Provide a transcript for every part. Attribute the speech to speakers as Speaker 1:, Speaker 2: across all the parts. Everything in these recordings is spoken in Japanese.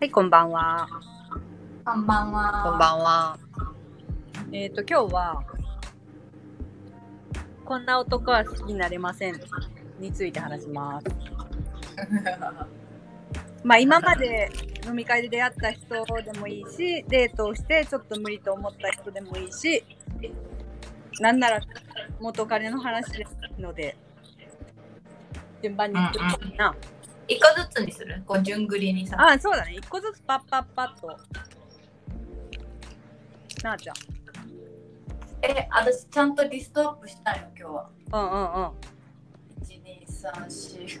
Speaker 1: はい、こんばんは。
Speaker 2: こんばんは。
Speaker 3: こんばんは。
Speaker 1: えっ、と、今日は、こんな男は好きになれませんについて話し ます。まあ、今まで飲み会で出会った人でもいいし、デートをしてちょっと無理と思った人でもいいし、なんなら元彼の話ですので、順番に行ってみようかな。
Speaker 2: 一個ずつにするこう、順繰りにさ。
Speaker 1: ああ、そうだね。一個ずつパッパッパッと。なあちゃん。
Speaker 2: え、私ちゃんとリストアップしたよ、今日は。
Speaker 1: うんうんうん。
Speaker 2: 1、2、3、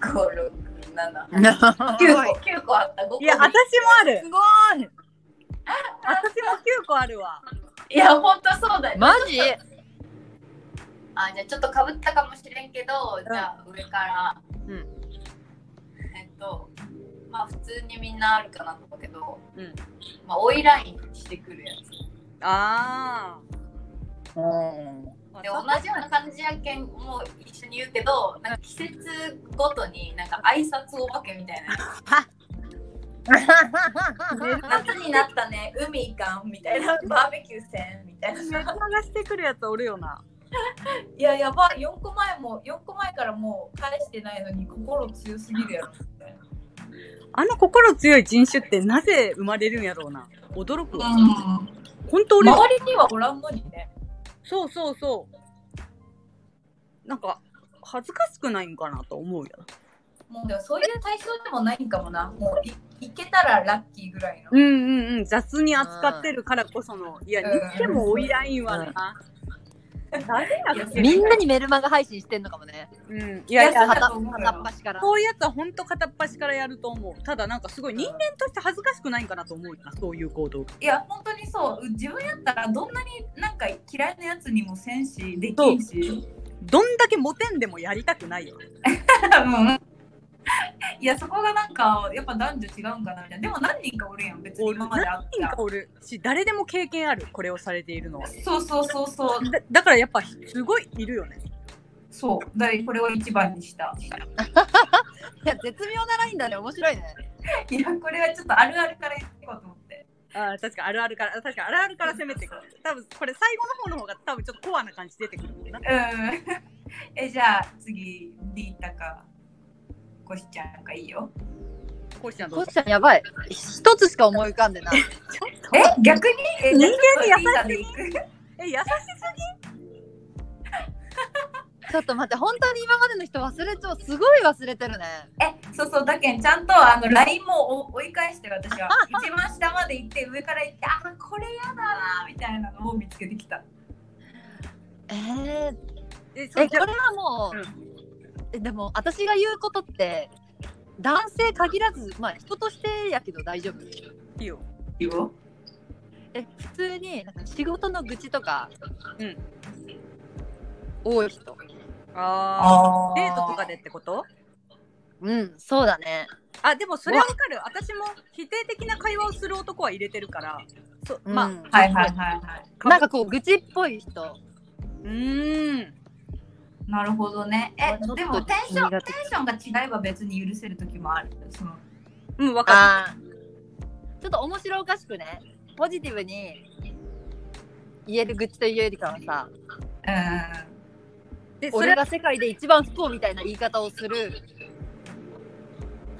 Speaker 2: 4、5、6、7。9
Speaker 3: は
Speaker 2: 個、九個あった。5個。
Speaker 1: いや、私もある
Speaker 3: い。。すごい。
Speaker 1: 私も9個あるわ。
Speaker 2: いや、ほんとそうだよ。
Speaker 3: マジ？
Speaker 2: あ、じゃあちょっとかぶったかもしれんけど、じゃあ上から。
Speaker 1: うん
Speaker 2: えっと、まあ普通にみんなあるかなと思うけど、
Speaker 1: うん。
Speaker 2: まあ、追いラインしてくるやつ。
Speaker 1: ああ。
Speaker 2: で同じような感じやけんもう一緒に言うけどなんか季節ごとになんか挨拶お化けみたいな夏になったね海行かんみたいなバーベキューせんみたいな
Speaker 1: めっちゃ探してくるやつおるよな。
Speaker 2: いややば4個前も4個前からもう返してないのに心強すぎるやろみたい
Speaker 1: あの心強い人種ってなぜ生まれるんやろうな。驚くわ。
Speaker 2: な、
Speaker 1: 本当
Speaker 2: うん、
Speaker 1: 俺、
Speaker 2: 周りにはおらんのにね
Speaker 1: そうそうそう。なんか、恥ずかしくないんかなと思うよな。
Speaker 2: もうでもそういう対象でもないんかもなもうい行けたらラッキーぐらいの
Speaker 1: うんうんうん。雑に扱ってるからこその。いや、
Speaker 2: うん
Speaker 1: にしても追いラインはな。誰やろ
Speaker 2: いや
Speaker 3: みんなにメルマガ配信してんのかもね。
Speaker 1: うん。いやいや、
Speaker 2: だ
Speaker 3: 片
Speaker 2: と思うよ
Speaker 3: 片っ端から。
Speaker 1: こういうやつは本当片っ端からやると思う。ただなんかすごい人間として恥ずかしくないんかなと思うよな、そういう行動が。
Speaker 2: いや本当にそう自分やったらどんなになんか嫌いなやつにもせんしできんし
Speaker 1: どんだけモテんでもやりたくないよ。
Speaker 2: うんいやそこがなんかやっぱ男女違うんかなみたいなでも何人かおるやん別に今まであっ
Speaker 1: 何人か
Speaker 2: た
Speaker 1: おるし、誰でも経験ある、これをされているのは。
Speaker 2: そうそうそうそう
Speaker 1: だだからやっぱすごいいるよね。
Speaker 2: そうだいこれを一番にした
Speaker 3: いや絶妙なラインだね。面白いね。
Speaker 2: いやこれはちょっとあるあるから言っていこうと思って
Speaker 1: あー確かあるあるから、確かあるあるから攻めてくる。多分これ最後の方の方が多分ちょっとコアな感じ出てくるもんな。
Speaker 2: うん えじゃあ次リータかコシちゃんがいいよ
Speaker 1: こうしちゃんど
Speaker 3: こ
Speaker 1: う
Speaker 3: っ
Speaker 1: ぞ
Speaker 3: ちゃんやばい。一つしか思い浮かんでない。
Speaker 2: え逆にえ
Speaker 1: 人間に優しい
Speaker 2: じゃあちょっとリータでいく
Speaker 1: え、優し
Speaker 3: ちょっと待って本当に今までの人忘れちゃう。すごい忘れてるね。
Speaker 2: えそうそうだけんちゃんとあの LINE もお追い返してる私は一番下まで行って上から行ってあーこれやだなーみたいなのを見つけてきた
Speaker 3: えー、
Speaker 1: いえ、そ
Speaker 3: え
Speaker 1: う
Speaker 3: これはもう、えでも私が言うことって男性限らずまあ人としてやけど大丈夫
Speaker 1: いいよ。
Speaker 2: いいよ
Speaker 3: え普通になんか仕事の愚痴とか、
Speaker 1: うん、
Speaker 3: 多い人
Speaker 1: あ
Speaker 2: あ
Speaker 1: ー。デートとかでってこと
Speaker 3: うんそうだね
Speaker 1: あ、でもそれはわかる。私も否定的な会話をする男は入れてるから。そまあ、
Speaker 3: うん
Speaker 2: はいはいはいはい
Speaker 3: なんかこう愚痴っぽい人
Speaker 1: うーん。
Speaker 2: なるほどねえ
Speaker 3: まあちょっと
Speaker 2: でもテンションテ
Speaker 3: 苦
Speaker 2: ン
Speaker 3: 手
Speaker 2: ションが違えば別に許せる時もあるその
Speaker 1: うん、わか
Speaker 3: あーちょっと面白おかしくねポジティブに言える愚痴というよりかはさ
Speaker 2: う
Speaker 1: る。で、それ
Speaker 3: 俺が世界で一番不幸みたいな言い方をする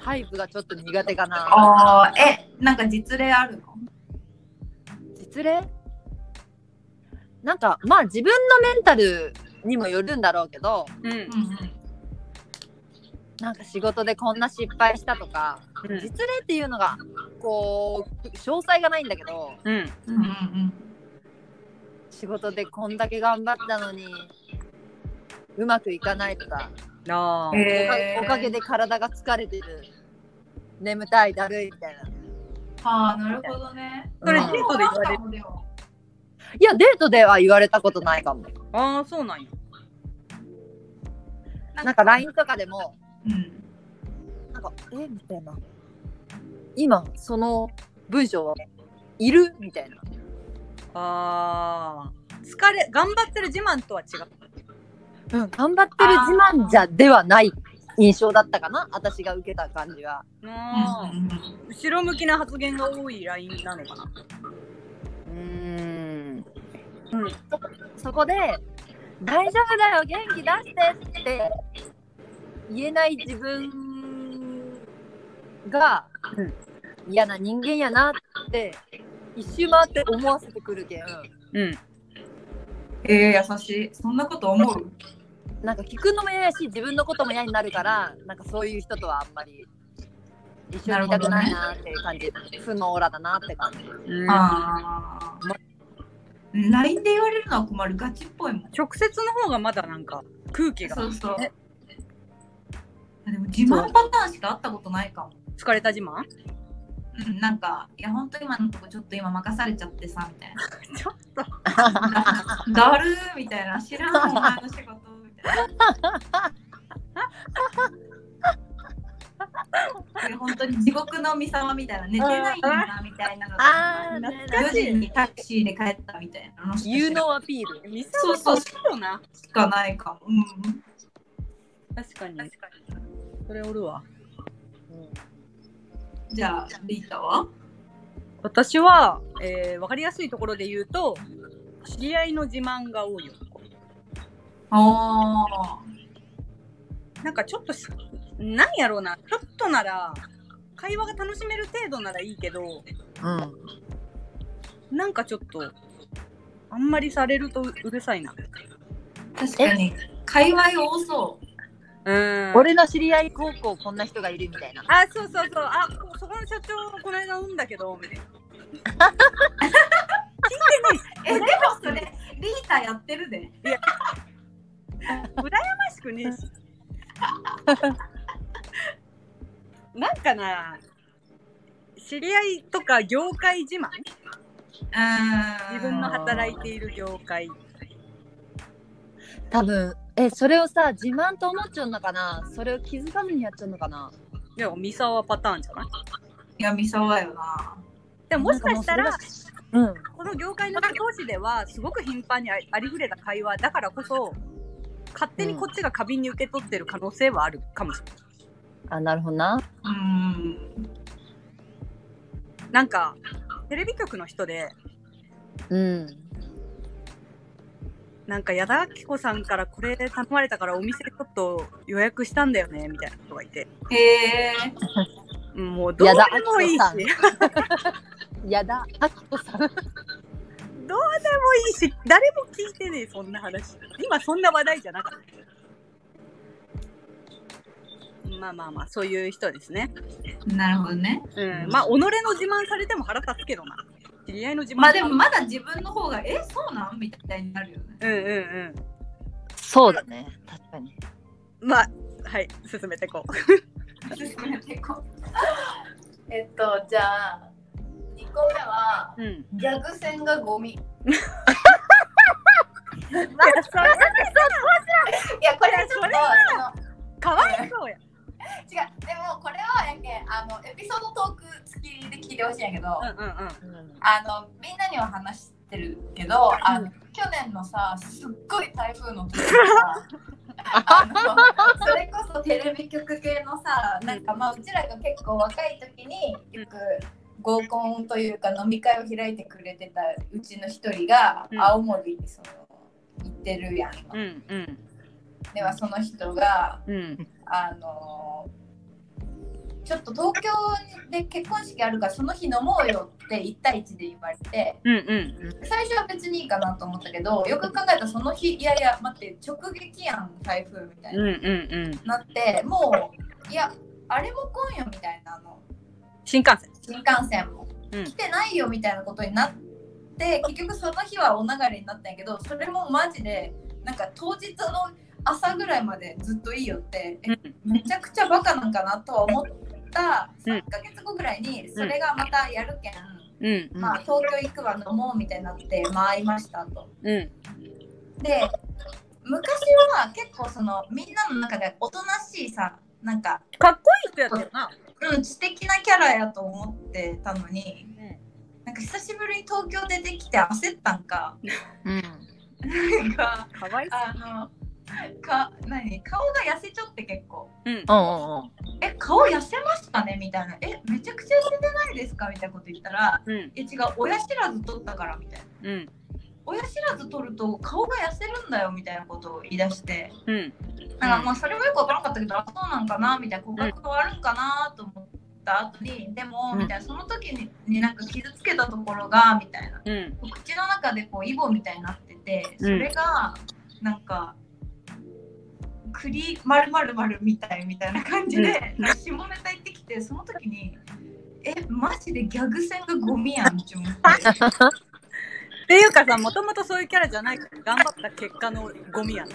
Speaker 3: タイプがちょっと苦手かな。
Speaker 2: あーえなんか実例あるの
Speaker 3: 実例なんかまあ自分のメンタルにもよるんだろうけど
Speaker 1: うん
Speaker 2: う。んうん
Speaker 3: なんか仕事でこんな失敗したとか
Speaker 1: うん
Speaker 3: 実例っていうのがこう詳細がないんだけど
Speaker 1: うん。
Speaker 2: うんうん
Speaker 3: 仕事でこんだけ頑張ったのにうまくいかないとか
Speaker 1: あ
Speaker 2: うん
Speaker 1: ー
Speaker 3: おか
Speaker 2: へー
Speaker 3: おかげで体が疲れてる眠たいだるいみたいな
Speaker 2: ああなるほどね
Speaker 1: それ
Speaker 3: うん
Speaker 1: デートで言われる。
Speaker 2: る
Speaker 3: いやデートでは言われたことないかも
Speaker 1: ああ、そうなんや。
Speaker 3: なんか LINE とかでも
Speaker 2: うん
Speaker 3: なんか、えみたいな。今、その文章はいるみたいな。
Speaker 1: ああ。疲れ、頑張ってる自慢とは違う。
Speaker 3: うん、頑張ってる自慢じゃではない印象だったかな私が受けた感じは。
Speaker 1: なあ後ろ向きな発言が多いラインなのかな。
Speaker 3: うーん
Speaker 1: うん。
Speaker 3: そこで「大丈夫だよ元気出して」って言えない自分が
Speaker 1: うん
Speaker 3: 嫌な人間やなって一周回って思わせてくるけん
Speaker 1: うん。
Speaker 4: えー、優しい。そんなこと思う
Speaker 3: なんか聞くのも嫌やし自分のことも嫌になるからなんかそういう人とはあんまり一緒にいたくないなっていう感じ、負のオーラだなって感じ。
Speaker 1: うん
Speaker 4: ああ。LINE で言われるのは困る。ガチっぽいもん。
Speaker 1: 直接の方がまだなんか空気が
Speaker 4: そうそう
Speaker 1: え。
Speaker 4: あでも自慢パターンしか会ったことないかも。
Speaker 1: 疲れた自慢
Speaker 4: うん、なんか、いや、本当今のとこちょっと今任されちゃってさ、みたいな。
Speaker 1: ちょっと
Speaker 4: だるーみたいな。知らん、お前の仕事みたいな。で本当に地獄の御様みたいな、寝てないんだみたいなのとか。
Speaker 3: あー
Speaker 4: 4時にタクシーで帰ったみたいなのし
Speaker 3: 有
Speaker 4: か
Speaker 3: 能アピール。
Speaker 1: 店
Speaker 4: そうそう
Speaker 1: そうな
Speaker 4: しかないかも。うん
Speaker 1: 確かに確かにそれおるわ
Speaker 4: じゃあ、リータは
Speaker 1: 私は、えー、分かりやすいところで言うと知り合いの自慢が多いよ
Speaker 4: あ
Speaker 1: なんかちょっとしなんやろうなちょっとなら会話が楽しめる程度ならいいけど
Speaker 3: うん、
Speaker 1: なんかちょっとあんまりされるとううるさいな
Speaker 4: あ、確かに。界隈多そう。
Speaker 1: うん
Speaker 3: 俺の知り合い高校こんな人がいるみたいな。
Speaker 1: あそうそうそうあこそこの社長この間産んだけどみたいな
Speaker 4: え、でもそれ、リータやってるで。
Speaker 1: おかしくねえ し。なんかな、知り合いとか業界自慢自
Speaker 4: 自
Speaker 1: 分の働いている業界。
Speaker 3: 多分えそれをさ自慢と思っちゃうのかなそれを気づかずにやっちゃうのかな
Speaker 1: でも、三沢パターンじゃない
Speaker 4: いや、ミサワよな。
Speaker 1: でも、もしかした
Speaker 3: なん
Speaker 1: ら
Speaker 3: か、もうそれが
Speaker 1: この業界の同士では、すごく頻繁にあありふれた会話だからこそ、勝手にこっちが過敏に受け取ってる可能性はあるかもしれない。
Speaker 3: うんあなるほどな
Speaker 4: うーん。
Speaker 1: なんか、テレビ局の人で、
Speaker 3: うん
Speaker 1: なんか矢田亜希子さんからこれ頼まれたからお店ちょっと予約したんだよね、みたいな人がいて。
Speaker 4: へえ。
Speaker 1: もうどうでもいいし、
Speaker 3: 矢田
Speaker 1: ど
Speaker 3: 亜
Speaker 1: うでもい
Speaker 3: やだあきこさん
Speaker 1: いし、誰も聞いてねえ、そんな話。今そんな話題じゃなかった。まあまあまあ、そういう人ですね。
Speaker 4: なるほどね。
Speaker 1: うん。まあ、己の自慢されても腹立つけどな。知り合いの自慢。
Speaker 4: まあでも、まだ自分の方が、え、そうなんみたいになるよね。
Speaker 1: うんうんう
Speaker 3: そうだね確かに
Speaker 1: ん。まあ、はい、進めてこう。
Speaker 2: えっとじゃあ2個目は
Speaker 1: うん。
Speaker 2: ギャグ戦がゴミい
Speaker 1: いや、それ、
Speaker 2: やこれはちょっと
Speaker 1: いや
Speaker 2: あの
Speaker 1: かわいそうや。
Speaker 2: 違うでもこれはやけんあのエピソードトーク付きで聞いてほしいんやけど、
Speaker 1: うんうんうん。
Speaker 3: うん
Speaker 2: あのみんなには話してるけどあの、去年のさすっごい台風の時にさ あのそれこそテレビ局系のさなんかまあうちらが結構若い時によく合コンというか飲み会を開いてくれてたうちの一人が
Speaker 1: うん
Speaker 2: 青森にその行ってるやん今、
Speaker 1: うんうん。
Speaker 2: ではその人が
Speaker 1: うん。
Speaker 2: あのちょっと東京で結婚式あるからその日飲もうよって1対1で言われて。
Speaker 1: うんうん。
Speaker 2: 最初は別にいいかなと思ったけどよく考えたらその日いやいや待って直撃やん台風みたい
Speaker 1: うんう
Speaker 2: な、
Speaker 1: んうん。
Speaker 2: なってもういやあれも来んよみたいなあの
Speaker 1: 新幹線。
Speaker 2: 新幹線も、
Speaker 1: うん
Speaker 2: 来てないよみたいなことになって結局その日はお流れになったんやけどそれもマジでなんか当日の朝ぐらいまでずっといいよってえ
Speaker 1: うん
Speaker 2: めちゃくちゃバカなんかなとは思った
Speaker 1: うん
Speaker 2: 3ヶ月後ぐらいにそれがまたやるけん、
Speaker 1: うん
Speaker 2: まあ、東京行くわ飲もうみたいになって回りましたと。
Speaker 1: うん。
Speaker 2: で昔は結構そのみんなの中でおとなしいさなんか、
Speaker 1: かっこいい人やったよな。
Speaker 2: うん、知的なキャラやと思ってたのになんか久しぶりに東京出てきて焦ったんか
Speaker 3: うん
Speaker 2: なんか
Speaker 1: かわい
Speaker 2: あのか何顔が痩せちゃって結構
Speaker 1: うん。
Speaker 3: うんうん。
Speaker 2: え顔痩せましたねみたいなえめちゃくちゃ痩せてないですかみたいなこと言ったら
Speaker 1: うん。
Speaker 2: え違う親知らず取ったからみたいな
Speaker 1: うん。
Speaker 2: 親知らず取ると顔が痩せるんだよみたいなことを言い出して
Speaker 1: うん。
Speaker 2: なんかまあそれはよく分からなかったけどあそうなんかなみたいな骨格変わるんかなと思った後にでも
Speaker 3: うん
Speaker 2: みたいなその時にになんか傷つけたところがみたいな
Speaker 1: うん。
Speaker 2: 口の中でこうイボみたいになっててそれがなんか栗まるまるまるみたいみたいな感じで、下ネタ行ってきてその時にえマジでギャグ戦がゴミやんって思って
Speaker 1: っていうかさ、もともとそういうキャラじゃないから頑張った結果のゴミやん。
Speaker 5: い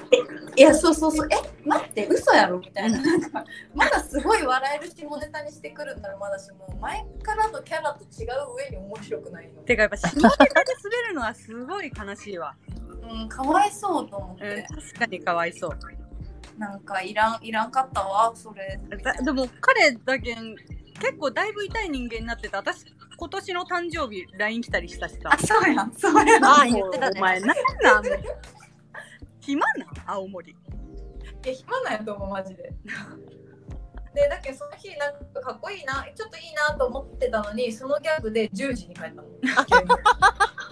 Speaker 5: やそうそうそうえ待って嘘やろみたいななんかまだすごい笑える下ネタにしてくるんだらまだしも前からのキャラと違う上に面白くないの
Speaker 1: てかやっぱ下ネタで滑るのはすごい悲しいわ。
Speaker 5: うんかわいそうと思っ
Speaker 1: うん、
Speaker 5: て、
Speaker 1: 確かにかわいそう。
Speaker 5: なんかいらんいらんかったわそれ
Speaker 1: だでも彼だけん結構だいぶ痛い人間になってた私今年の誕生日 LINE 来たりしたしさ
Speaker 2: あそうやんそうやん
Speaker 3: あー言ってたね
Speaker 1: お前なんなん暇なん青森
Speaker 5: いや暇なんやと思うマジででだけどその日なんかかっこいいなちょっといいなと思ってたのにそのギャグで10時に帰った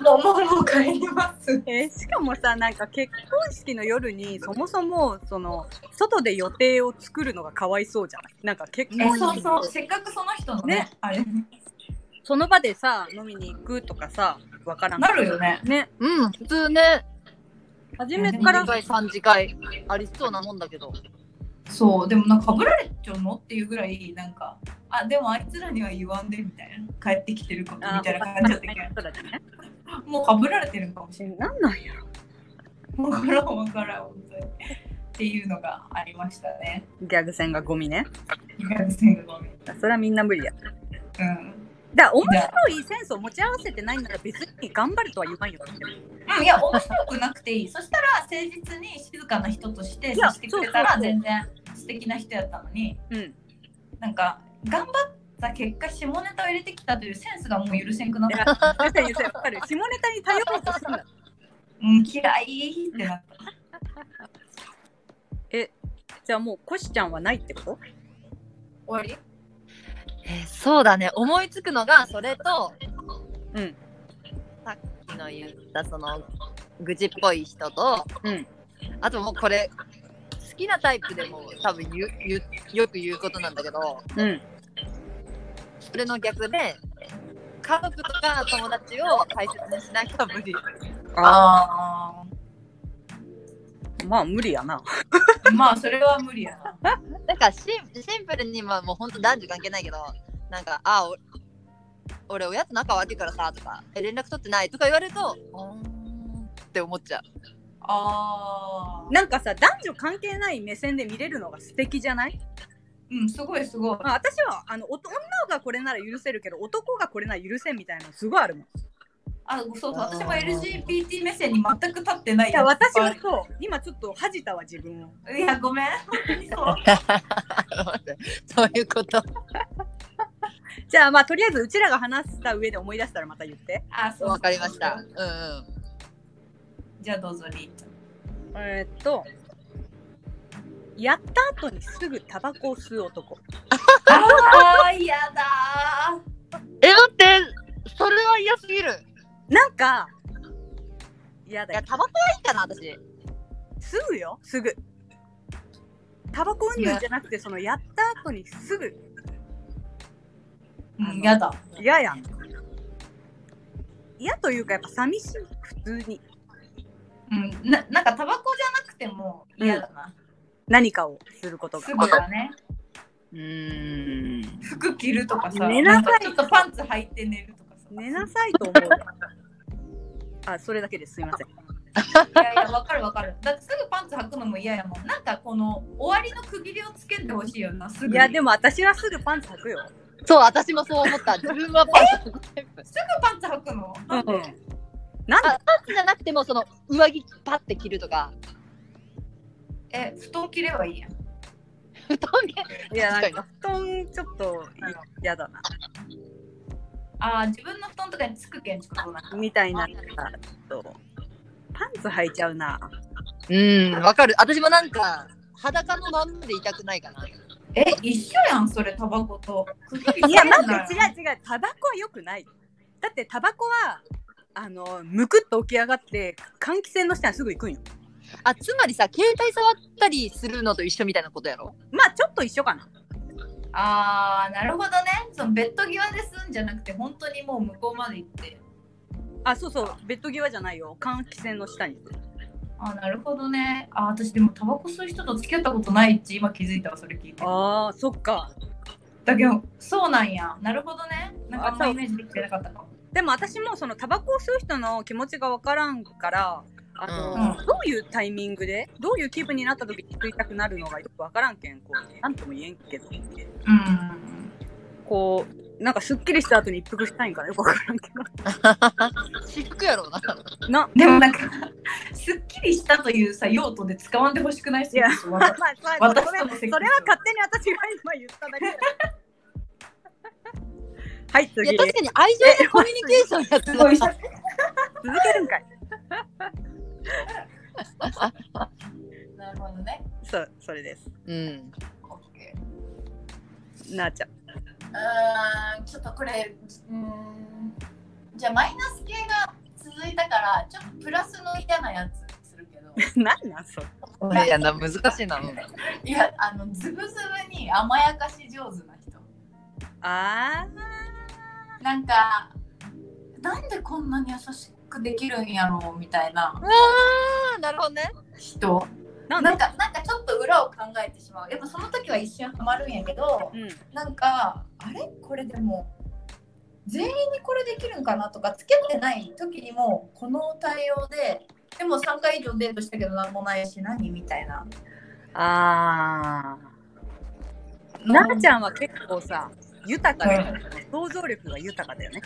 Speaker 5: のもうもうもう帰ります
Speaker 1: えーしかもさなんか結婚式の夜にそもそもその外で予定を作るのがかわいそうじゃないなんか結
Speaker 2: え
Speaker 1: 婚式
Speaker 2: そうそうせっかくその人のね
Speaker 1: ね
Speaker 2: あれ
Speaker 1: その場でさ飲みに行くとかさわからん
Speaker 2: なるよね
Speaker 1: ね
Speaker 3: うん、普通ね、
Speaker 1: 初め
Speaker 3: 2
Speaker 1: から
Speaker 3: 回、3次会ありそうなもんだけど。
Speaker 2: そうでもなんか被られちゃうのっていうぐらいなんかあでもあいつらには言わんでみたいな帰ってきてることみたいな感じだったけ
Speaker 1: そうだね
Speaker 2: どもう被られてるかもしれない
Speaker 1: なんなんや
Speaker 2: わからんわからん本当にっていうのがありましたね
Speaker 1: ギャグ戦がゴミね
Speaker 2: 意外と戦後の
Speaker 1: それはみんな無理や
Speaker 2: うん
Speaker 1: だから面白いセンスを持ち合わせてないなら別に頑張るとは言わんよ。
Speaker 2: うん、いや面白くなくていいそしたら誠実に静かな人として接
Speaker 1: や
Speaker 2: してくれたら
Speaker 1: そうそうそう
Speaker 2: 全然素敵な人やったのに
Speaker 1: うん。
Speaker 2: なんか頑張った結果下ネタを入れてきたというセンスがもう許せんくなっ
Speaker 1: い
Speaker 2: た
Speaker 1: や、先生、先生、わかる。下ネタに頼ろうとするんだ。
Speaker 2: うん、嫌いってなった。
Speaker 1: え、じゃあもう、コシちゃんはないってこと
Speaker 5: 終わ
Speaker 3: えーそうだね、思いつくのがそれと、
Speaker 1: うん。
Speaker 3: さっきの言ったその愚痴っぽい人と、
Speaker 1: うん。
Speaker 3: あともうこれ、好きなタイプでも多分言う言うよく言うことなんだけど、
Speaker 1: うん。
Speaker 3: それの逆で、家族とか友達を大切にしない人は無理。
Speaker 1: あ
Speaker 2: あ
Speaker 1: あ、まあ、無理やな。
Speaker 2: あ。まあ、それは無理やな。
Speaker 3: なんかシンシンプルに、まあもう本当男女関係ないけど、なんか、あお俺おやつ仲悪いからさとか、え連絡取ってないとか言われると、うーんって思っちゃう。
Speaker 2: ああ。
Speaker 1: なんかさ、男女関係ない目線で見れるのが素敵じゃない、
Speaker 2: うん、すごいすごい。
Speaker 1: まあ、私は、あの、おと女がこれなら許せるけど、男がこれなら許せんみたいなのすごいあるもん。い
Speaker 2: あ、そうそう、私も LGBT 目線に全く立ってない
Speaker 1: や、私も
Speaker 2: は
Speaker 1: そう。今ちょっと恥じたわ、自分を。
Speaker 2: いや、ごめん。そう
Speaker 3: 待ってそういうこと。
Speaker 1: じゃあ、まあ、とりあえず、うちらが話した上で思い出したらまた言って。
Speaker 2: あ、そう。
Speaker 3: わかりました。うんうん。
Speaker 2: じゃあ、どうぞ、リーちゃん。
Speaker 1: えーっと、やった後にすぐタバコを吸う男。
Speaker 2: ああ、やだ
Speaker 3: え、待って、それは嫌すぎる。
Speaker 1: なんか、嫌
Speaker 3: い
Speaker 1: だ
Speaker 3: や、
Speaker 1: よ。
Speaker 3: タバコはいいかな、私。
Speaker 1: すぐよ、すぐ。タバコ運動じゃなくて、そのやった後にすぐ
Speaker 2: ー。うん、やだ。
Speaker 1: 嫌やん。嫌というか、やっぱ寂しい、普通に。
Speaker 2: うん、ななんか、タバコじゃなくても嫌だな。
Speaker 1: 何かをすることが
Speaker 2: す。ぐはね、
Speaker 1: うーん。
Speaker 2: 服着るとかさ、
Speaker 1: 寝なさい
Speaker 2: んかちょっとパンツ履いて寝るとかさ。
Speaker 1: 寝なさいと思うよ。あ、それだけです。すいません。
Speaker 2: いやいや、わかるわかる。だってすぐパンツ履くのも嫌やもん。なんかこの終わりの区切りをつけてほしいよな、すぐ。
Speaker 1: いや、で
Speaker 2: も。
Speaker 1: も私はすぐパンツ履くよ。
Speaker 3: そう、私もそう思った。自分はパンツ履くタイプ。
Speaker 2: すぐパンツ履くの
Speaker 1: うん
Speaker 2: なんで。
Speaker 1: なんで
Speaker 3: あパンツじゃなくても、その上着パッて着るとか。
Speaker 2: え、布団着ればいいやん。
Speaker 3: 布団
Speaker 1: いや、なん
Speaker 3: 確
Speaker 1: か布団ちょっと嫌だな。
Speaker 2: ああ、自分の布団とかにつくけんちょっとなんか。
Speaker 1: みたいな、ちょっとパンツ履いちゃうな。
Speaker 3: うん、わかる。私もなんか、裸のまんまでいたくないかな。
Speaker 4: え、一緒やん、それ、タバコと。
Speaker 1: いや、待って、違う違う。タバコは良くない。だって、タバコは、あの、むくっと起き上がって、換気扇の下にすぐ行くんよ。
Speaker 3: あ、つまりさ、携帯触ったりするのと一緒みたいなことやろ
Speaker 1: まあ、ちょっと一緒かな。
Speaker 2: あーなるほどねそのベッド際ですんじゃなくて本当にもう向こうまで行って
Speaker 1: あ、そうそう。ベッド際じゃないよ。換気扇の下に。
Speaker 2: あーなるほどねあー私でもタバコ吸う人と付き合ったことないっち今気づいたわそれ聞いて
Speaker 1: ああ、そっか。
Speaker 2: だけどそうなんやなるほどねなんかあん
Speaker 1: あ
Speaker 2: ま
Speaker 1: そう
Speaker 2: イメージできてなかったかも
Speaker 1: でも私もそのタバコを吸う人の気持ちがわからんからあの、
Speaker 2: う
Speaker 1: どういうタイミングでどういう気分になった時に吸いたくなるのがよくわからんけんこうなんとも言えんけど
Speaker 2: うん
Speaker 1: こうなんかすっきりした後に一服したいんからよくわからんけ
Speaker 3: 私服やろうな。
Speaker 1: どな
Speaker 2: でもなんかすっきりしたというさ用途で使わんでほしくないっすよ
Speaker 1: いやまあまあ
Speaker 2: 私
Speaker 1: それ
Speaker 2: と
Speaker 1: それ
Speaker 2: の責任
Speaker 1: は勝手に私が今言っただけだ はい
Speaker 3: いや、
Speaker 1: 次
Speaker 3: 確
Speaker 1: 続
Speaker 3: かに愛情のコミュニケーションやって
Speaker 2: すごい
Speaker 3: た。
Speaker 1: けるんかい
Speaker 2: なるほどね
Speaker 1: そうそれです
Speaker 3: うん。
Speaker 2: オッケー
Speaker 1: なあちゃん
Speaker 2: うーんちょっとこれうーんじゃあマイナス系が続いたからちょっとプラスの嫌なやつする けど
Speaker 1: 何なん それ
Speaker 3: いや、な難しいな。うん
Speaker 2: いやあのズブズブに甘やかし上手な人
Speaker 1: あ
Speaker 2: なんかなんでこんなに優しくできるんやろうみたいな
Speaker 3: あー、なるほどね。
Speaker 2: 人
Speaker 1: ーな
Speaker 2: なんん
Speaker 1: だ
Speaker 2: かなんかちょっと裏を考えてしまうやっぱその時は一瞬ハマるんやけど
Speaker 1: うん
Speaker 2: なんかあれこれでも全員にこれできるんかなとか付き合ってない時にもこの対応ででも3回以上デートしたけど何もないし何みたいな
Speaker 1: ああなあち
Speaker 2: ゃん
Speaker 1: ゃんは結構さ、豊かだよね。想像力が豊かだよね。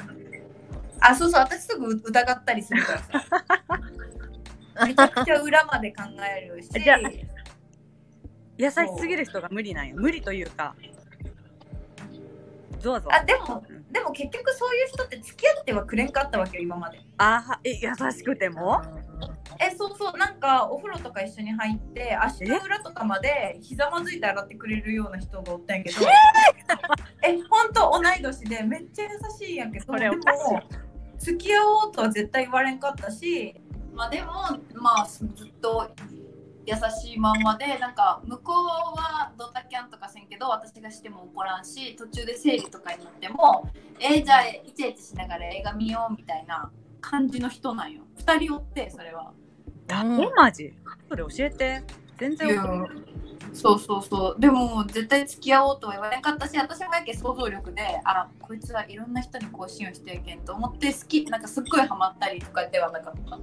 Speaker 2: あそうそう私すぐ疑ったりするから さめちゃくちゃ裏まで考えるし
Speaker 1: じゃあ優しすぎる人が無理なんよ。無理というか、ゾワゾ
Speaker 2: あ
Speaker 1: ワ。
Speaker 2: でもでも結局そういう人って付き合ってはくれんかったわけよ今まで
Speaker 1: あはえ、優しくても
Speaker 2: えそうそうなんかお風呂とか一緒に入って足の裏とかまでひざまずいて洗ってくれるような人がおったんやけどえほんと同い年でめっちゃ優しいんやけど
Speaker 1: こ
Speaker 2: で
Speaker 1: れ
Speaker 2: も
Speaker 1: おかしい
Speaker 2: 付き合おうとは絶対言われんかったし
Speaker 4: まあでもまあずっと優しいまんまでなんか向こうはドタキャンとかせんけど私がしても怒らんし途中で生理とかになってもえー、じゃあイチャイチャしながら映画見ようみたいな感じの人なんよ2人おってそれは
Speaker 1: だえ、マジそれ教えて。全然わかんない
Speaker 4: そうそうそうでも絶対付き合おうとは言われなかったし私もやけ想像力であこいつはいろんな人にこう信用してるけんと思って好きなんかすっごいハマったりとかではなかったうん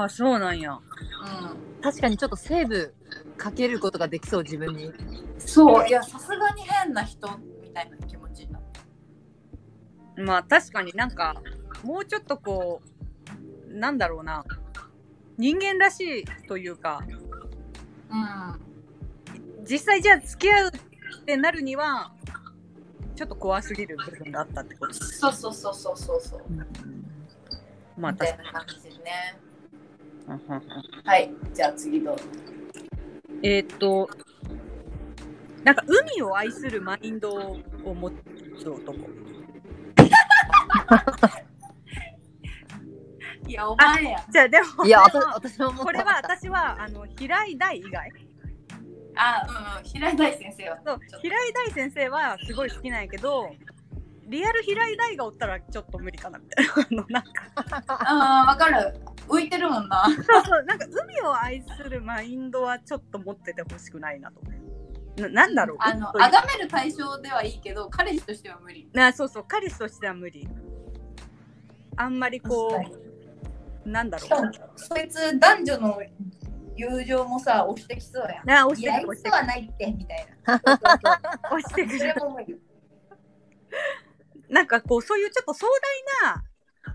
Speaker 1: ああ、そうなんや。
Speaker 3: 確かにちょっとセーブかけることができそう、自 分に。
Speaker 4: そういやさすがに変な人みたいな気持ちになった
Speaker 1: まあ確かになんか、もうちょっとこう、なんだろうな。人間らしいというか、
Speaker 4: うん
Speaker 1: 実際じゃあ付き合うってなるには、ちょっと怖すぎる部分があったってこと。
Speaker 4: そうそうそうそうそうそう
Speaker 1: まあ
Speaker 4: みた
Speaker 1: 確か
Speaker 4: いな感じですね
Speaker 1: に。
Speaker 4: はいじゃあ次どうぞ
Speaker 1: えーっと、なんか海を愛するマインドを持つ男。
Speaker 4: いやお前や
Speaker 1: じゃあでも、
Speaker 3: いや、
Speaker 1: で
Speaker 3: 私
Speaker 1: も
Speaker 3: 私も思った
Speaker 1: これは私はあの平井大以外
Speaker 4: あうんうん平井大先生は
Speaker 1: そう
Speaker 4: ちょっと
Speaker 1: 平井大先生はすごい好きなんやけど、リアル平井大がおったらちょっと無理かなみたい な。あのなんか
Speaker 4: ああわかる浮いてるもんな
Speaker 1: そうそうなんか海を愛するマインドはちょっと持っててほしくないなと。ななんだろう
Speaker 4: あ の
Speaker 1: そういう
Speaker 4: 崇める対象ではいいけど彼氏としては無理
Speaker 1: なそうそう彼氏としては無理。あんまりこう、なんだろ
Speaker 2: しかもそいつ男女の友情もさ押してきそうやん
Speaker 1: う。な押
Speaker 2: い
Speaker 1: して
Speaker 2: や
Speaker 1: く
Speaker 2: い
Speaker 1: る押し
Speaker 2: つ
Speaker 1: てく
Speaker 2: は
Speaker 1: る
Speaker 2: ないってみたい
Speaker 1: 押して
Speaker 2: な
Speaker 1: く
Speaker 2: そ
Speaker 1: る
Speaker 2: れ。も無理
Speaker 1: なんかこうそういうちょっと壮大な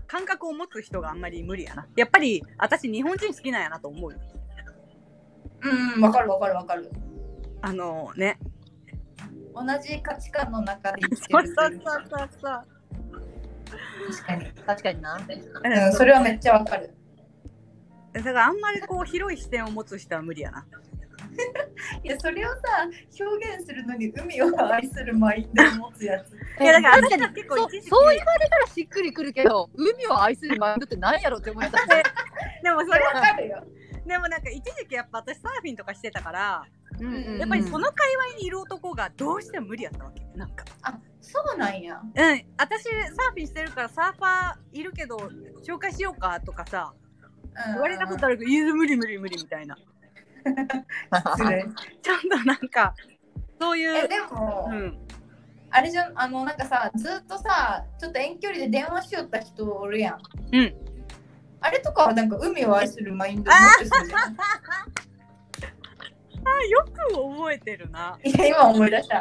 Speaker 1: 感覚を持つ人があんまり無理やな。やっぱり私日本人好きなんやなと思うよ。
Speaker 2: うんわかるわかるわかる
Speaker 1: あのね。
Speaker 2: 同じ価値観の中で生きて
Speaker 1: そう
Speaker 2: る
Speaker 1: そうそうそうそう。
Speaker 2: 確かに、
Speaker 3: 確かにな。
Speaker 2: うん、それはめっちゃわかる
Speaker 1: だからあんまりこう広い視点を持つ人は無理やな。
Speaker 4: いやそれをさ表現するのに海を愛するマインドを持つ やつ
Speaker 1: いやだから私
Speaker 3: 確か
Speaker 1: は
Speaker 3: に
Speaker 1: 結構
Speaker 3: そう
Speaker 1: 一時期
Speaker 3: そう言われたらしっくりくるけど海を愛するマインドって何やろって思いま した、
Speaker 1: でもそれ
Speaker 2: わかるよ。
Speaker 1: でもなんか一時期やっぱ私サーフィンとかしてたから、
Speaker 3: うんうんうん
Speaker 1: やっぱりその界隈にいる男がどうしても無理やったわけ。なんか。
Speaker 4: あそうなんや
Speaker 1: うん、私サーフィンしてるからサーファーいるけど紹介しようかとかさ言われたことあるけど「いや無理無理無理」みたいな
Speaker 4: 失礼
Speaker 1: ちゃんとなんかそうい
Speaker 2: え
Speaker 1: う、
Speaker 2: でも、
Speaker 1: うん、
Speaker 2: あれじゃんあのなんかさずっとさちょっと遠距離で電話しよった人おるやん。
Speaker 1: うん。
Speaker 2: あれとかはなんか海を愛するマインドを持ってそうじゃん。
Speaker 1: よく覚えてるない
Speaker 2: や今 思い出した。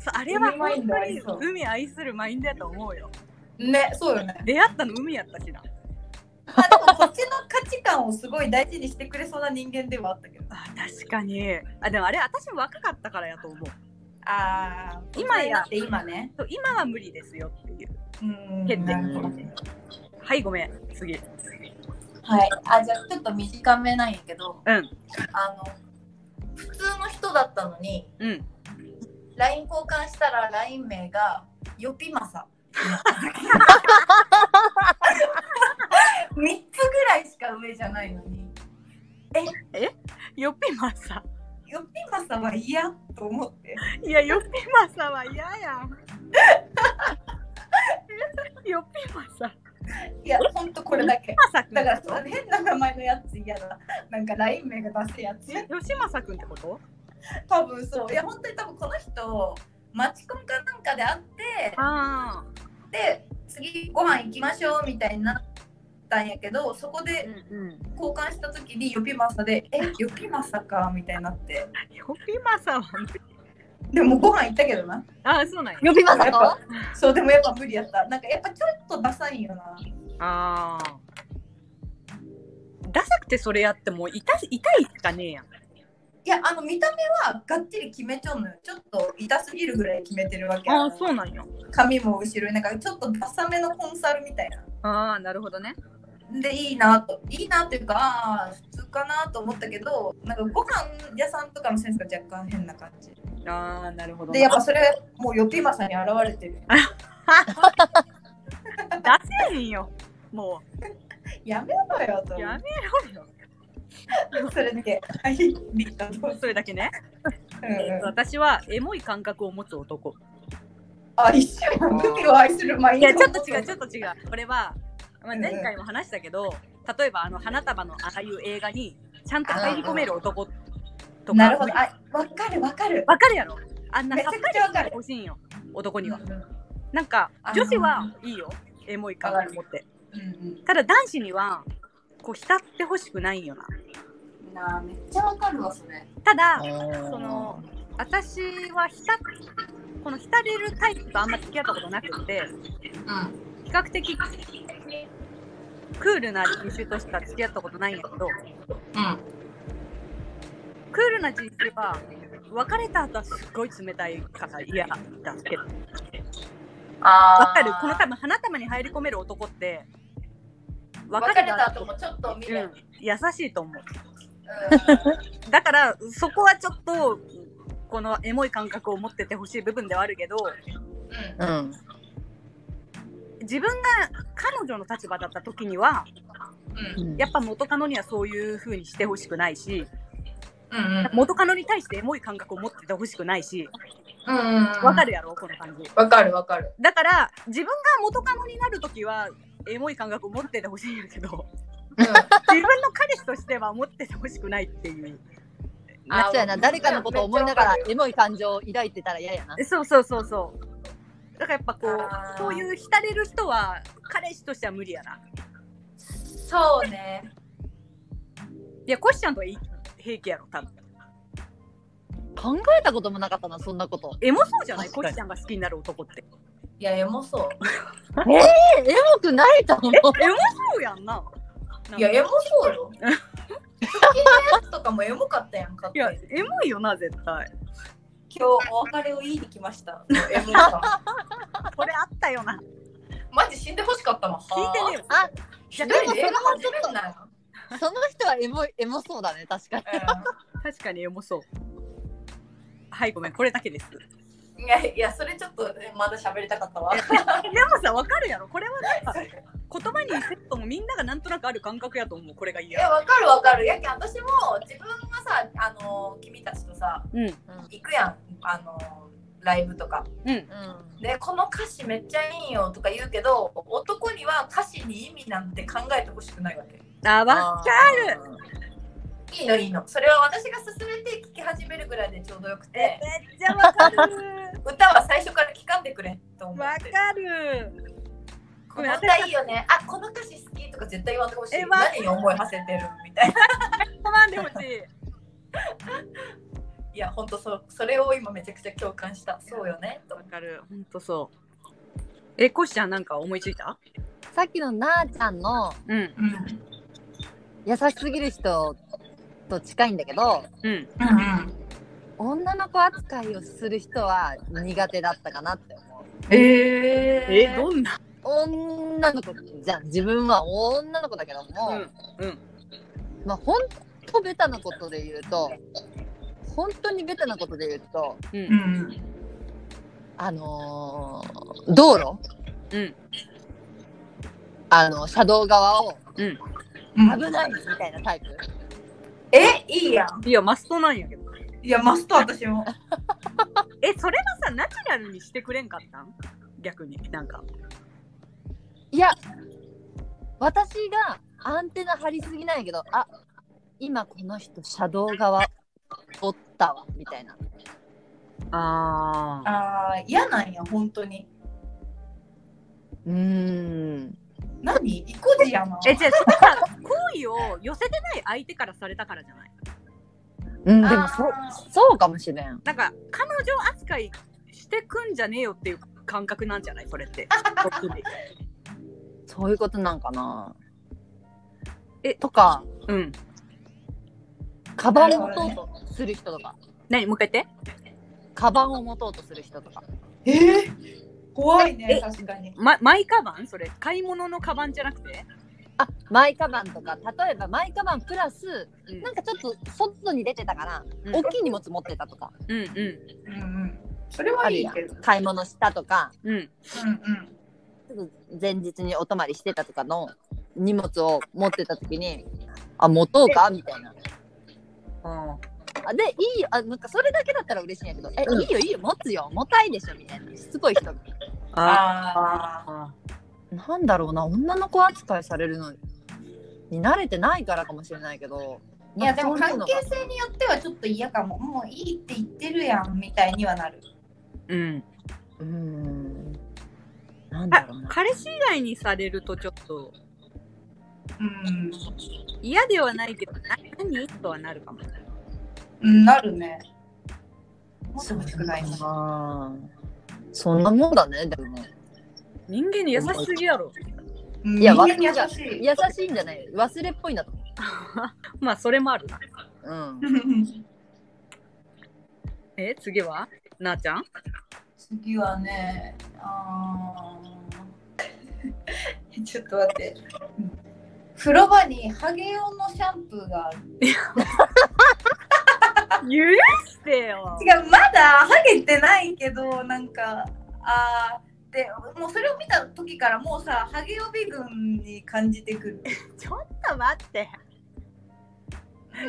Speaker 1: そうあれは
Speaker 2: 海マイ
Speaker 1: 本
Speaker 2: ンドありそ
Speaker 1: 当
Speaker 2: う
Speaker 1: に海愛するマインドやと思うよ
Speaker 2: ねそ うよね。
Speaker 1: 出会ったの海やったしな
Speaker 2: まあでもこっちの価値観をすごい大事にしてくれそうな人間ではあったけど。
Speaker 1: あ確かにあでもあれ私も若かったからやと思う
Speaker 2: ああ
Speaker 1: 今や
Speaker 2: って今ね。
Speaker 1: そう今は無理ですよっていう
Speaker 2: うん
Speaker 1: 減って
Speaker 2: なるほど
Speaker 1: はいごめん次
Speaker 2: はい。あじゃあちょっと短めなんやけど、
Speaker 1: うん
Speaker 2: あの普通の人だったのに。
Speaker 1: うん
Speaker 2: LINE 交換したら LINE 名がよぴま さ3つぐらいしか上じゃないのに
Speaker 1: よっぴまさ
Speaker 2: よぴまさは嫌と思って
Speaker 1: いやよっぴまさは嫌やん よっぴまさ
Speaker 2: いやほんとこれだけ
Speaker 1: まさくん
Speaker 2: だからその変な名前のやつ嫌だなんか LINE 名が出せやつ
Speaker 1: 吉政くんってこと
Speaker 2: 多分そういや本当に多分この人マチコンかなんかで会って
Speaker 1: あ
Speaker 2: で次ご飯行きましょうみたいになったんやけどそこ
Speaker 1: あ
Speaker 2: で
Speaker 1: うんうん
Speaker 2: 交換した時によぴまさで「えよぴまさか」みたいになって
Speaker 1: よっぴまさは
Speaker 2: でもご飯行ったけどな。
Speaker 1: あそうなんや
Speaker 3: 呼びます
Speaker 2: やっ
Speaker 3: か
Speaker 2: ぱそうでもやっぱ無理やった。なんかやっぱちょっとダサいよな。
Speaker 1: ああダサくてそれやっても痛い痛いしかねえやん
Speaker 2: いやあの見た目はがっちり決めちゃうのよ。ちょっと痛すぎるぐらい決めてるわけや
Speaker 1: ああ
Speaker 2: な
Speaker 1: そうなんや
Speaker 2: 髪も後ろになんかちょっとダサめのコンサルみたいな。
Speaker 1: ああなるほどね
Speaker 2: でいいなといいなというかああ普通かなと思ったけどなんかご飯屋さんとかのセンスが若干変な感じ。
Speaker 1: ああなるほど
Speaker 2: でやっぱそれがもうよぴまさに現れてる。
Speaker 1: 出せへんよも
Speaker 2: やめろよと
Speaker 1: う
Speaker 2: 思
Speaker 1: や
Speaker 2: う。
Speaker 1: めろよ
Speaker 2: それだけ。はいリッタどうぞ。
Speaker 1: それだけね
Speaker 2: うんうん、
Speaker 1: 私はエモい感覚を持つ男
Speaker 2: あ一緒やん海を愛するマイン
Speaker 1: い
Speaker 2: ド。
Speaker 1: やちょっと違うちょっと違うこれは、まあ、
Speaker 2: うんうん
Speaker 1: 前回も話したけど例えばあの花束のああいう映画にちゃんと入り込める男とか
Speaker 2: なるほど。あ、わかるわかる。
Speaker 1: わかるやろあんな
Speaker 2: めち
Speaker 1: さ
Speaker 2: ゃ
Speaker 1: っ
Speaker 2: く
Speaker 1: ぱ
Speaker 2: ちゃわか
Speaker 1: り
Speaker 2: る。
Speaker 1: 欲しいんよ男には
Speaker 2: うん
Speaker 1: なんか
Speaker 2: あ
Speaker 1: 女子はいいよエモい感覚持って
Speaker 2: うん
Speaker 1: ただ男子にはこう浸ってほしくないんよな
Speaker 2: うん。なあ、めっちゃわかるわ、それ。
Speaker 1: ただそ
Speaker 3: そ
Speaker 1: の私は浸っこの浸れるタイプとあんま付き合ったことなくって
Speaker 3: うん
Speaker 1: 比較的クールな人種としか付き合ったことないんやけど
Speaker 3: うん
Speaker 1: クールな人種は別れた後はすっごい冷たいから嫌だけど
Speaker 2: あ
Speaker 1: わかるこの多分花束に入り込める男って
Speaker 2: 別れた後もちょっと見
Speaker 1: う
Speaker 2: る
Speaker 1: ん。、優しいと思う
Speaker 2: うん
Speaker 1: だからそこはちょっとこのエモい感覚を持っててほしい部分ではあるけど
Speaker 2: うん
Speaker 3: うん
Speaker 1: 自分が彼女の立場だった時には
Speaker 2: うん
Speaker 3: うん
Speaker 1: やっぱ元カノにはそういう風にしてほしくないし
Speaker 2: うん
Speaker 1: 元カノに対してエモい感覚を持っててほしくないし
Speaker 2: うんうん
Speaker 1: わかるやろこの感じ
Speaker 2: わかるわかる
Speaker 1: だから自分が元カノになる時はエモい感覚を持っててほしいんやけど
Speaker 2: うん
Speaker 1: 自分の彼氏としては持っててほしくないっていう
Speaker 3: あそうやな誰かのことを思いながら
Speaker 2: めっち
Speaker 3: エモい感情を抱いてたら嫌やな
Speaker 1: そうそうそうそうだからやっぱこ
Speaker 2: あ
Speaker 1: う
Speaker 2: ー
Speaker 1: そういう浸れる人は彼氏としては無理やな
Speaker 2: そうね
Speaker 1: いやコシちゃんとはいい平気やろ多分
Speaker 3: 考えたこともなかったなそんなこと
Speaker 1: エモそうじゃない
Speaker 3: 確か
Speaker 1: コ
Speaker 3: に
Speaker 1: シちゃんが好きになる男って
Speaker 2: いやエモそ
Speaker 3: えエモくないと思う
Speaker 1: エモそうやんななんか
Speaker 2: ういやエモそうよ好きなやつとかもエモかったやんかっ
Speaker 1: い
Speaker 2: て
Speaker 1: や
Speaker 2: 今
Speaker 1: エモいよな絶対
Speaker 2: 日お別れを言いに来 ましたエモさ
Speaker 1: これあったよな
Speaker 2: マジ死んでほしかったもん
Speaker 1: 聞いてねえよ
Speaker 3: あ
Speaker 2: ひ
Speaker 1: い
Speaker 2: ど
Speaker 1: や
Speaker 2: い
Speaker 1: でも
Speaker 2: 映画もちょっとな
Speaker 3: その人はエモいエモそうだね確かに
Speaker 1: 確かに重そう。はい、ごめん、これだけです。
Speaker 2: いやいやそれちょっとまだ喋りたかったわ。
Speaker 1: でもさ、わかるやろ。これはなんか、言葉にセットもみんながなんとなくある感覚やと思う。これがいい
Speaker 2: い
Speaker 1: や
Speaker 2: や
Speaker 1: ろ。
Speaker 2: わかるわかる。やけん私も自分がさあの君たちとさ
Speaker 1: うん、
Speaker 2: 行くやんあのライブとか。
Speaker 1: うん、
Speaker 3: うん
Speaker 2: でこの歌詞めっちゃいいよとか言うけど男には歌詞に意味なんて考えてほしくないわけ。
Speaker 1: あ、わかる。
Speaker 2: いいのいいの。それは私が勧めて聞き始めるぐらいでちょうどよくて
Speaker 1: めっちゃわかる。
Speaker 2: 歌は最初から聞かんでくれと思
Speaker 1: わ
Speaker 2: ってる。
Speaker 1: かる。
Speaker 2: この歌いいよね。あこの歌詞好きとか絶対言わんでほしい。
Speaker 1: えわかる
Speaker 2: 何に思いはせてるみたいな。
Speaker 1: 止まんでほしい。
Speaker 2: いや、本当そう、それを今めちゃくちゃ共感した。そうよね。と
Speaker 1: わかる。ほんとそう。え、コシちゃんなんか思いついた
Speaker 3: さっきのなあちゃんの
Speaker 1: うん、
Speaker 4: うんうん
Speaker 3: 優しすぎる人と近いんだけど
Speaker 1: うん。
Speaker 4: うん
Speaker 3: 女の子扱いをする人は苦手だったかなって思う
Speaker 4: えー、
Speaker 1: え、どんな
Speaker 3: 女の子じゃん自分は女の子だけども、
Speaker 1: うんうん
Speaker 3: まあほんとベタなことで言うと本当にベタなことで言うと
Speaker 1: う。
Speaker 4: うんん
Speaker 3: あのー道路
Speaker 1: うん
Speaker 3: あの車道側を
Speaker 4: うん
Speaker 3: 危ないみたいなタイプ
Speaker 2: え、いいやん。
Speaker 1: いや、マストなんやけど。
Speaker 4: いやマスト私も
Speaker 1: え、それはさ、ナチュラルにしてくれんかったん逆に。なんか。
Speaker 3: いや私がアンテナ張りすぎないけどあ今この人車道側おったわみたいな
Speaker 1: ああ。
Speaker 4: あー嫌なんや本当に
Speaker 3: うーん
Speaker 4: 何意固地やな
Speaker 1: え、じゃあ、それさ、好意を寄せてない相手からされたからじゃない
Speaker 3: うん
Speaker 2: あー
Speaker 3: でもそそうかもしれん
Speaker 1: なんか、彼女扱いしてくんじゃねえよっていう感覚なんじゃないそれって。こっちに
Speaker 3: そういうことなんかな
Speaker 1: え
Speaker 3: とか
Speaker 1: うん。
Speaker 3: カバンを持とうとする人とか
Speaker 1: 何もう一回言って。
Speaker 3: カバンを持とうとする人とか
Speaker 4: えー、怖い
Speaker 1: え
Speaker 4: ね確かに
Speaker 1: ま、マイカバンそれ。買い物のカバンじゃなくて
Speaker 3: あマイカバンとか例えばマイカバンプラス
Speaker 1: うん
Speaker 3: なんかちょっと外に出てたから、
Speaker 1: うん
Speaker 3: 大きい荷物持ってたとか
Speaker 1: うんう
Speaker 4: うんうんそれ
Speaker 3: あ
Speaker 4: は
Speaker 3: る
Speaker 4: いい
Speaker 3: や
Speaker 4: けど
Speaker 3: ん買い物したとか
Speaker 1: ん。うん。
Speaker 4: うんうん
Speaker 3: ちょっと前日にお泊まりしてたとかの荷物を持ってた時にあ持とうかみたいな
Speaker 1: あ
Speaker 3: あでいいよあなんかそれだけだったら嬉しいんやけどえ、
Speaker 1: うん
Speaker 3: いいよいいよ持つよ重たいでしょみたいなしつこい人が
Speaker 1: あ。
Speaker 4: あ
Speaker 1: あ
Speaker 3: なんだろうな女の子扱いされるのに慣れてないからかもしれないけど
Speaker 4: ーいやでも関係
Speaker 3: なんか
Speaker 4: 性によってはちょっと嫌かももういいって言ってるやんみたいにはなる
Speaker 1: うん。
Speaker 3: そういうのがうんなんだ
Speaker 1: あ
Speaker 3: ろうな
Speaker 1: 彼氏以外にされるとちょっと
Speaker 4: うん
Speaker 1: 嫌ではないけど、な何とはなるかも。
Speaker 4: うんなるねもっと
Speaker 3: そう
Speaker 4: 欲しくないな
Speaker 3: なそんなもんだねでもね
Speaker 1: 人間に優しすぎやろ。
Speaker 4: うん
Speaker 3: いや
Speaker 4: 人間に優
Speaker 3: わ
Speaker 4: しい
Speaker 3: 優しいんじゃない忘れっぽいんだと思
Speaker 1: まあ、それもあるな。
Speaker 3: ううん
Speaker 1: え、次はなあちゃん
Speaker 2: 次はね、
Speaker 4: あー ちょっと待って。風呂場にハゲ用のシャンプーがある。
Speaker 1: 許してよ。
Speaker 4: 違う、まだハゲてないけど、なんか、あーでもうそれを見た時からもうさ、ハゲ予備軍に感じてくる。
Speaker 1: ちょっと待って。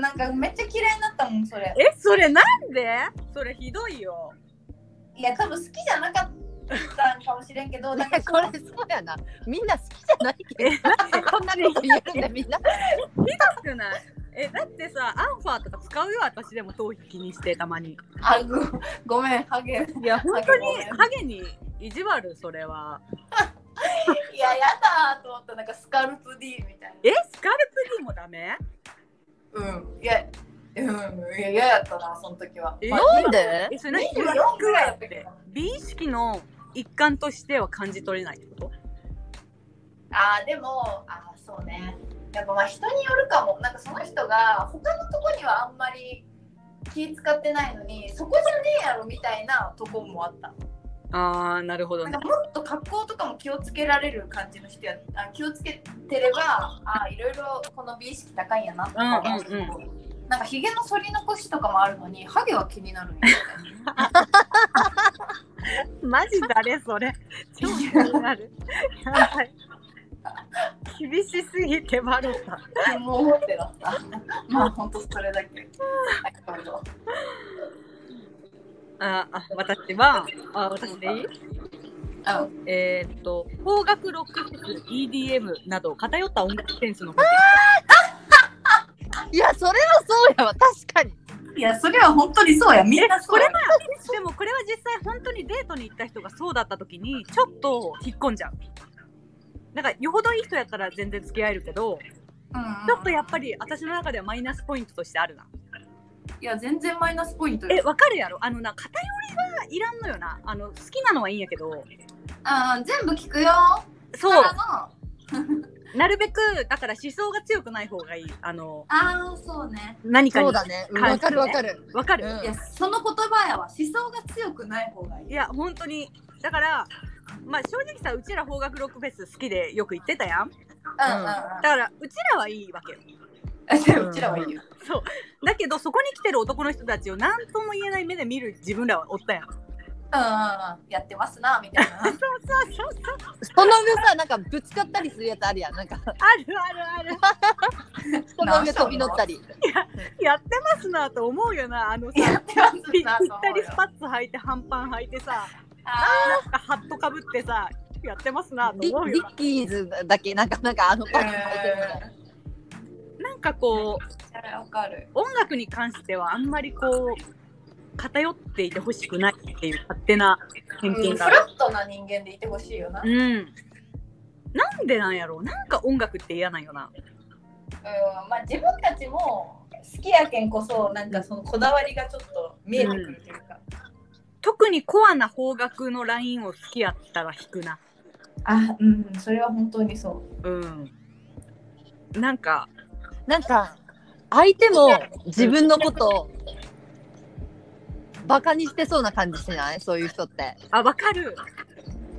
Speaker 4: なんかめっちゃ嫌いになったもん、それ。
Speaker 1: え、それなんでそれひどいよ。
Speaker 4: いや、多分好きじゃなかったんかもしれんけど、なん
Speaker 3: ね
Speaker 4: か、
Speaker 3: これそうやなみんな好きじゃないけどこんなこと言えるんだみんな
Speaker 1: ひどくないえ、だってさ、アンファーとか使うよ、私でも頭皮気にして、たまに。
Speaker 2: あごごめん、ハゲ。い
Speaker 1: いや、本当に
Speaker 2: ハゲもね
Speaker 1: ハゲに意地悪、それは。
Speaker 2: や、やだーと思った。なんかスカルプ D みたい
Speaker 1: え、スカルプ D もダメ
Speaker 2: な。うん。いや、うん。いや、嫌やったな、その時は。
Speaker 1: え
Speaker 3: なんで
Speaker 1: え、それ何
Speaker 2: 24ぐらいだったっけ
Speaker 1: 美意識の一環としては感じ取れないってこと
Speaker 2: あーでもあーそうねやっぱまあ人によるかもなんかその人が他のとこにはあんまり気使ってないのにそこじゃねえやろみたいなとこもあった
Speaker 1: ああ、なるほど
Speaker 2: なん
Speaker 1: ね
Speaker 2: か。もっと格好とかも気をつけられる感じの人やあ気をつけてればあいろいろこの美意識高いんやなって思うんですけど、
Speaker 1: うん
Speaker 2: なんかひげの剃り残しとかもあるのにハゲは気になるんよね
Speaker 1: マジ誰そ れ。超気になる。やばい。厳しすぎてバレた。
Speaker 2: もう思ってだったまあ本当それだけはいどうぞ
Speaker 1: ああ、私は、あ、私でいい
Speaker 2: あ
Speaker 1: えーっと、邦楽ロックフェス、EDM など偏った音楽センスの。
Speaker 3: いや、それはそうやわ、確かに。
Speaker 4: いや、それは本当にそうや。みんなそ
Speaker 1: こ
Speaker 4: れ
Speaker 1: れは、でもこれは実際本当にデートに行った人がそうだった時に、ちょっと引っ込んじゃう。なんか、よほどいい人やったら全然付き合えるけど、
Speaker 2: うんうん
Speaker 1: ちょっとやっぱり私の中ではマイナスポイントとしてあるな。
Speaker 2: いや全然マイナスポイントよ
Speaker 1: え、わかるやろあのな、偏りはいらんのよな。あの、好きなのはいいんやけど、
Speaker 2: ああ全部聞くよ
Speaker 1: そう
Speaker 2: か、らの
Speaker 1: なるべく、だから思想が強くない方がいい。あの、
Speaker 2: ああそうね
Speaker 1: 何かに。
Speaker 3: そう
Speaker 1: わ
Speaker 3: だね。
Speaker 1: うん
Speaker 3: わかるわかる。
Speaker 1: かる、
Speaker 3: うん
Speaker 2: いやその言葉やわ思想が強くない方がいい
Speaker 1: いや、本当に。だから、まあ正直さ、うちら邦楽ロックフェス好きでよく行ってたやん。
Speaker 2: うんうんうん
Speaker 1: だから、うちらはいいわけよ。
Speaker 2: でもうちらはいいよ
Speaker 1: だけど、そこに来てる男の人たちを何とも言えない目で見る自分らはおったやん。そう
Speaker 2: うんうんうんやってますなみたいな
Speaker 1: そうそう。
Speaker 3: その上さ、なんかぶつかったりするやつあるやん。なんか、
Speaker 1: あるあるある。
Speaker 3: その上飛び乗ったり。
Speaker 1: やってますなと思うよな、あの
Speaker 2: や
Speaker 1: さ
Speaker 2: っ。てます
Speaker 1: ぴぴっ
Speaker 2: なと
Speaker 1: た
Speaker 2: 思う
Speaker 1: り
Speaker 2: よ
Speaker 1: スパッツ履いて、半パン履いてさ、
Speaker 2: あ
Speaker 1: なんかハットかぶってさ、やってますなと
Speaker 3: リリ
Speaker 1: 思うよ
Speaker 3: ッキーズだけ、なんか、なんかあの
Speaker 2: ー
Speaker 3: パンツ履いてるのが
Speaker 1: な。なんかこう、
Speaker 2: それわかる
Speaker 1: 音楽に関してはあんまりこう、偏っていてほしくないっていう勝手な
Speaker 2: う
Speaker 1: 偏
Speaker 2: んフ
Speaker 1: 見がある。
Speaker 2: ラットな人間でいてほしいよな、うん、
Speaker 1: うん。なんでなんやろうなんか音楽って嫌なんよな。
Speaker 2: まあ自分たちも好きやけんこそなんかそのこだわりがちょっと見えてくるというか、
Speaker 1: 特にコアな方角のラインを好きやったら弾くな。
Speaker 2: あうんそれは本当にそう
Speaker 1: うん。なんか、
Speaker 3: なんか、相手も自分のことを、バカにしてそうな感じしないそういう人って。
Speaker 1: あ、わかる。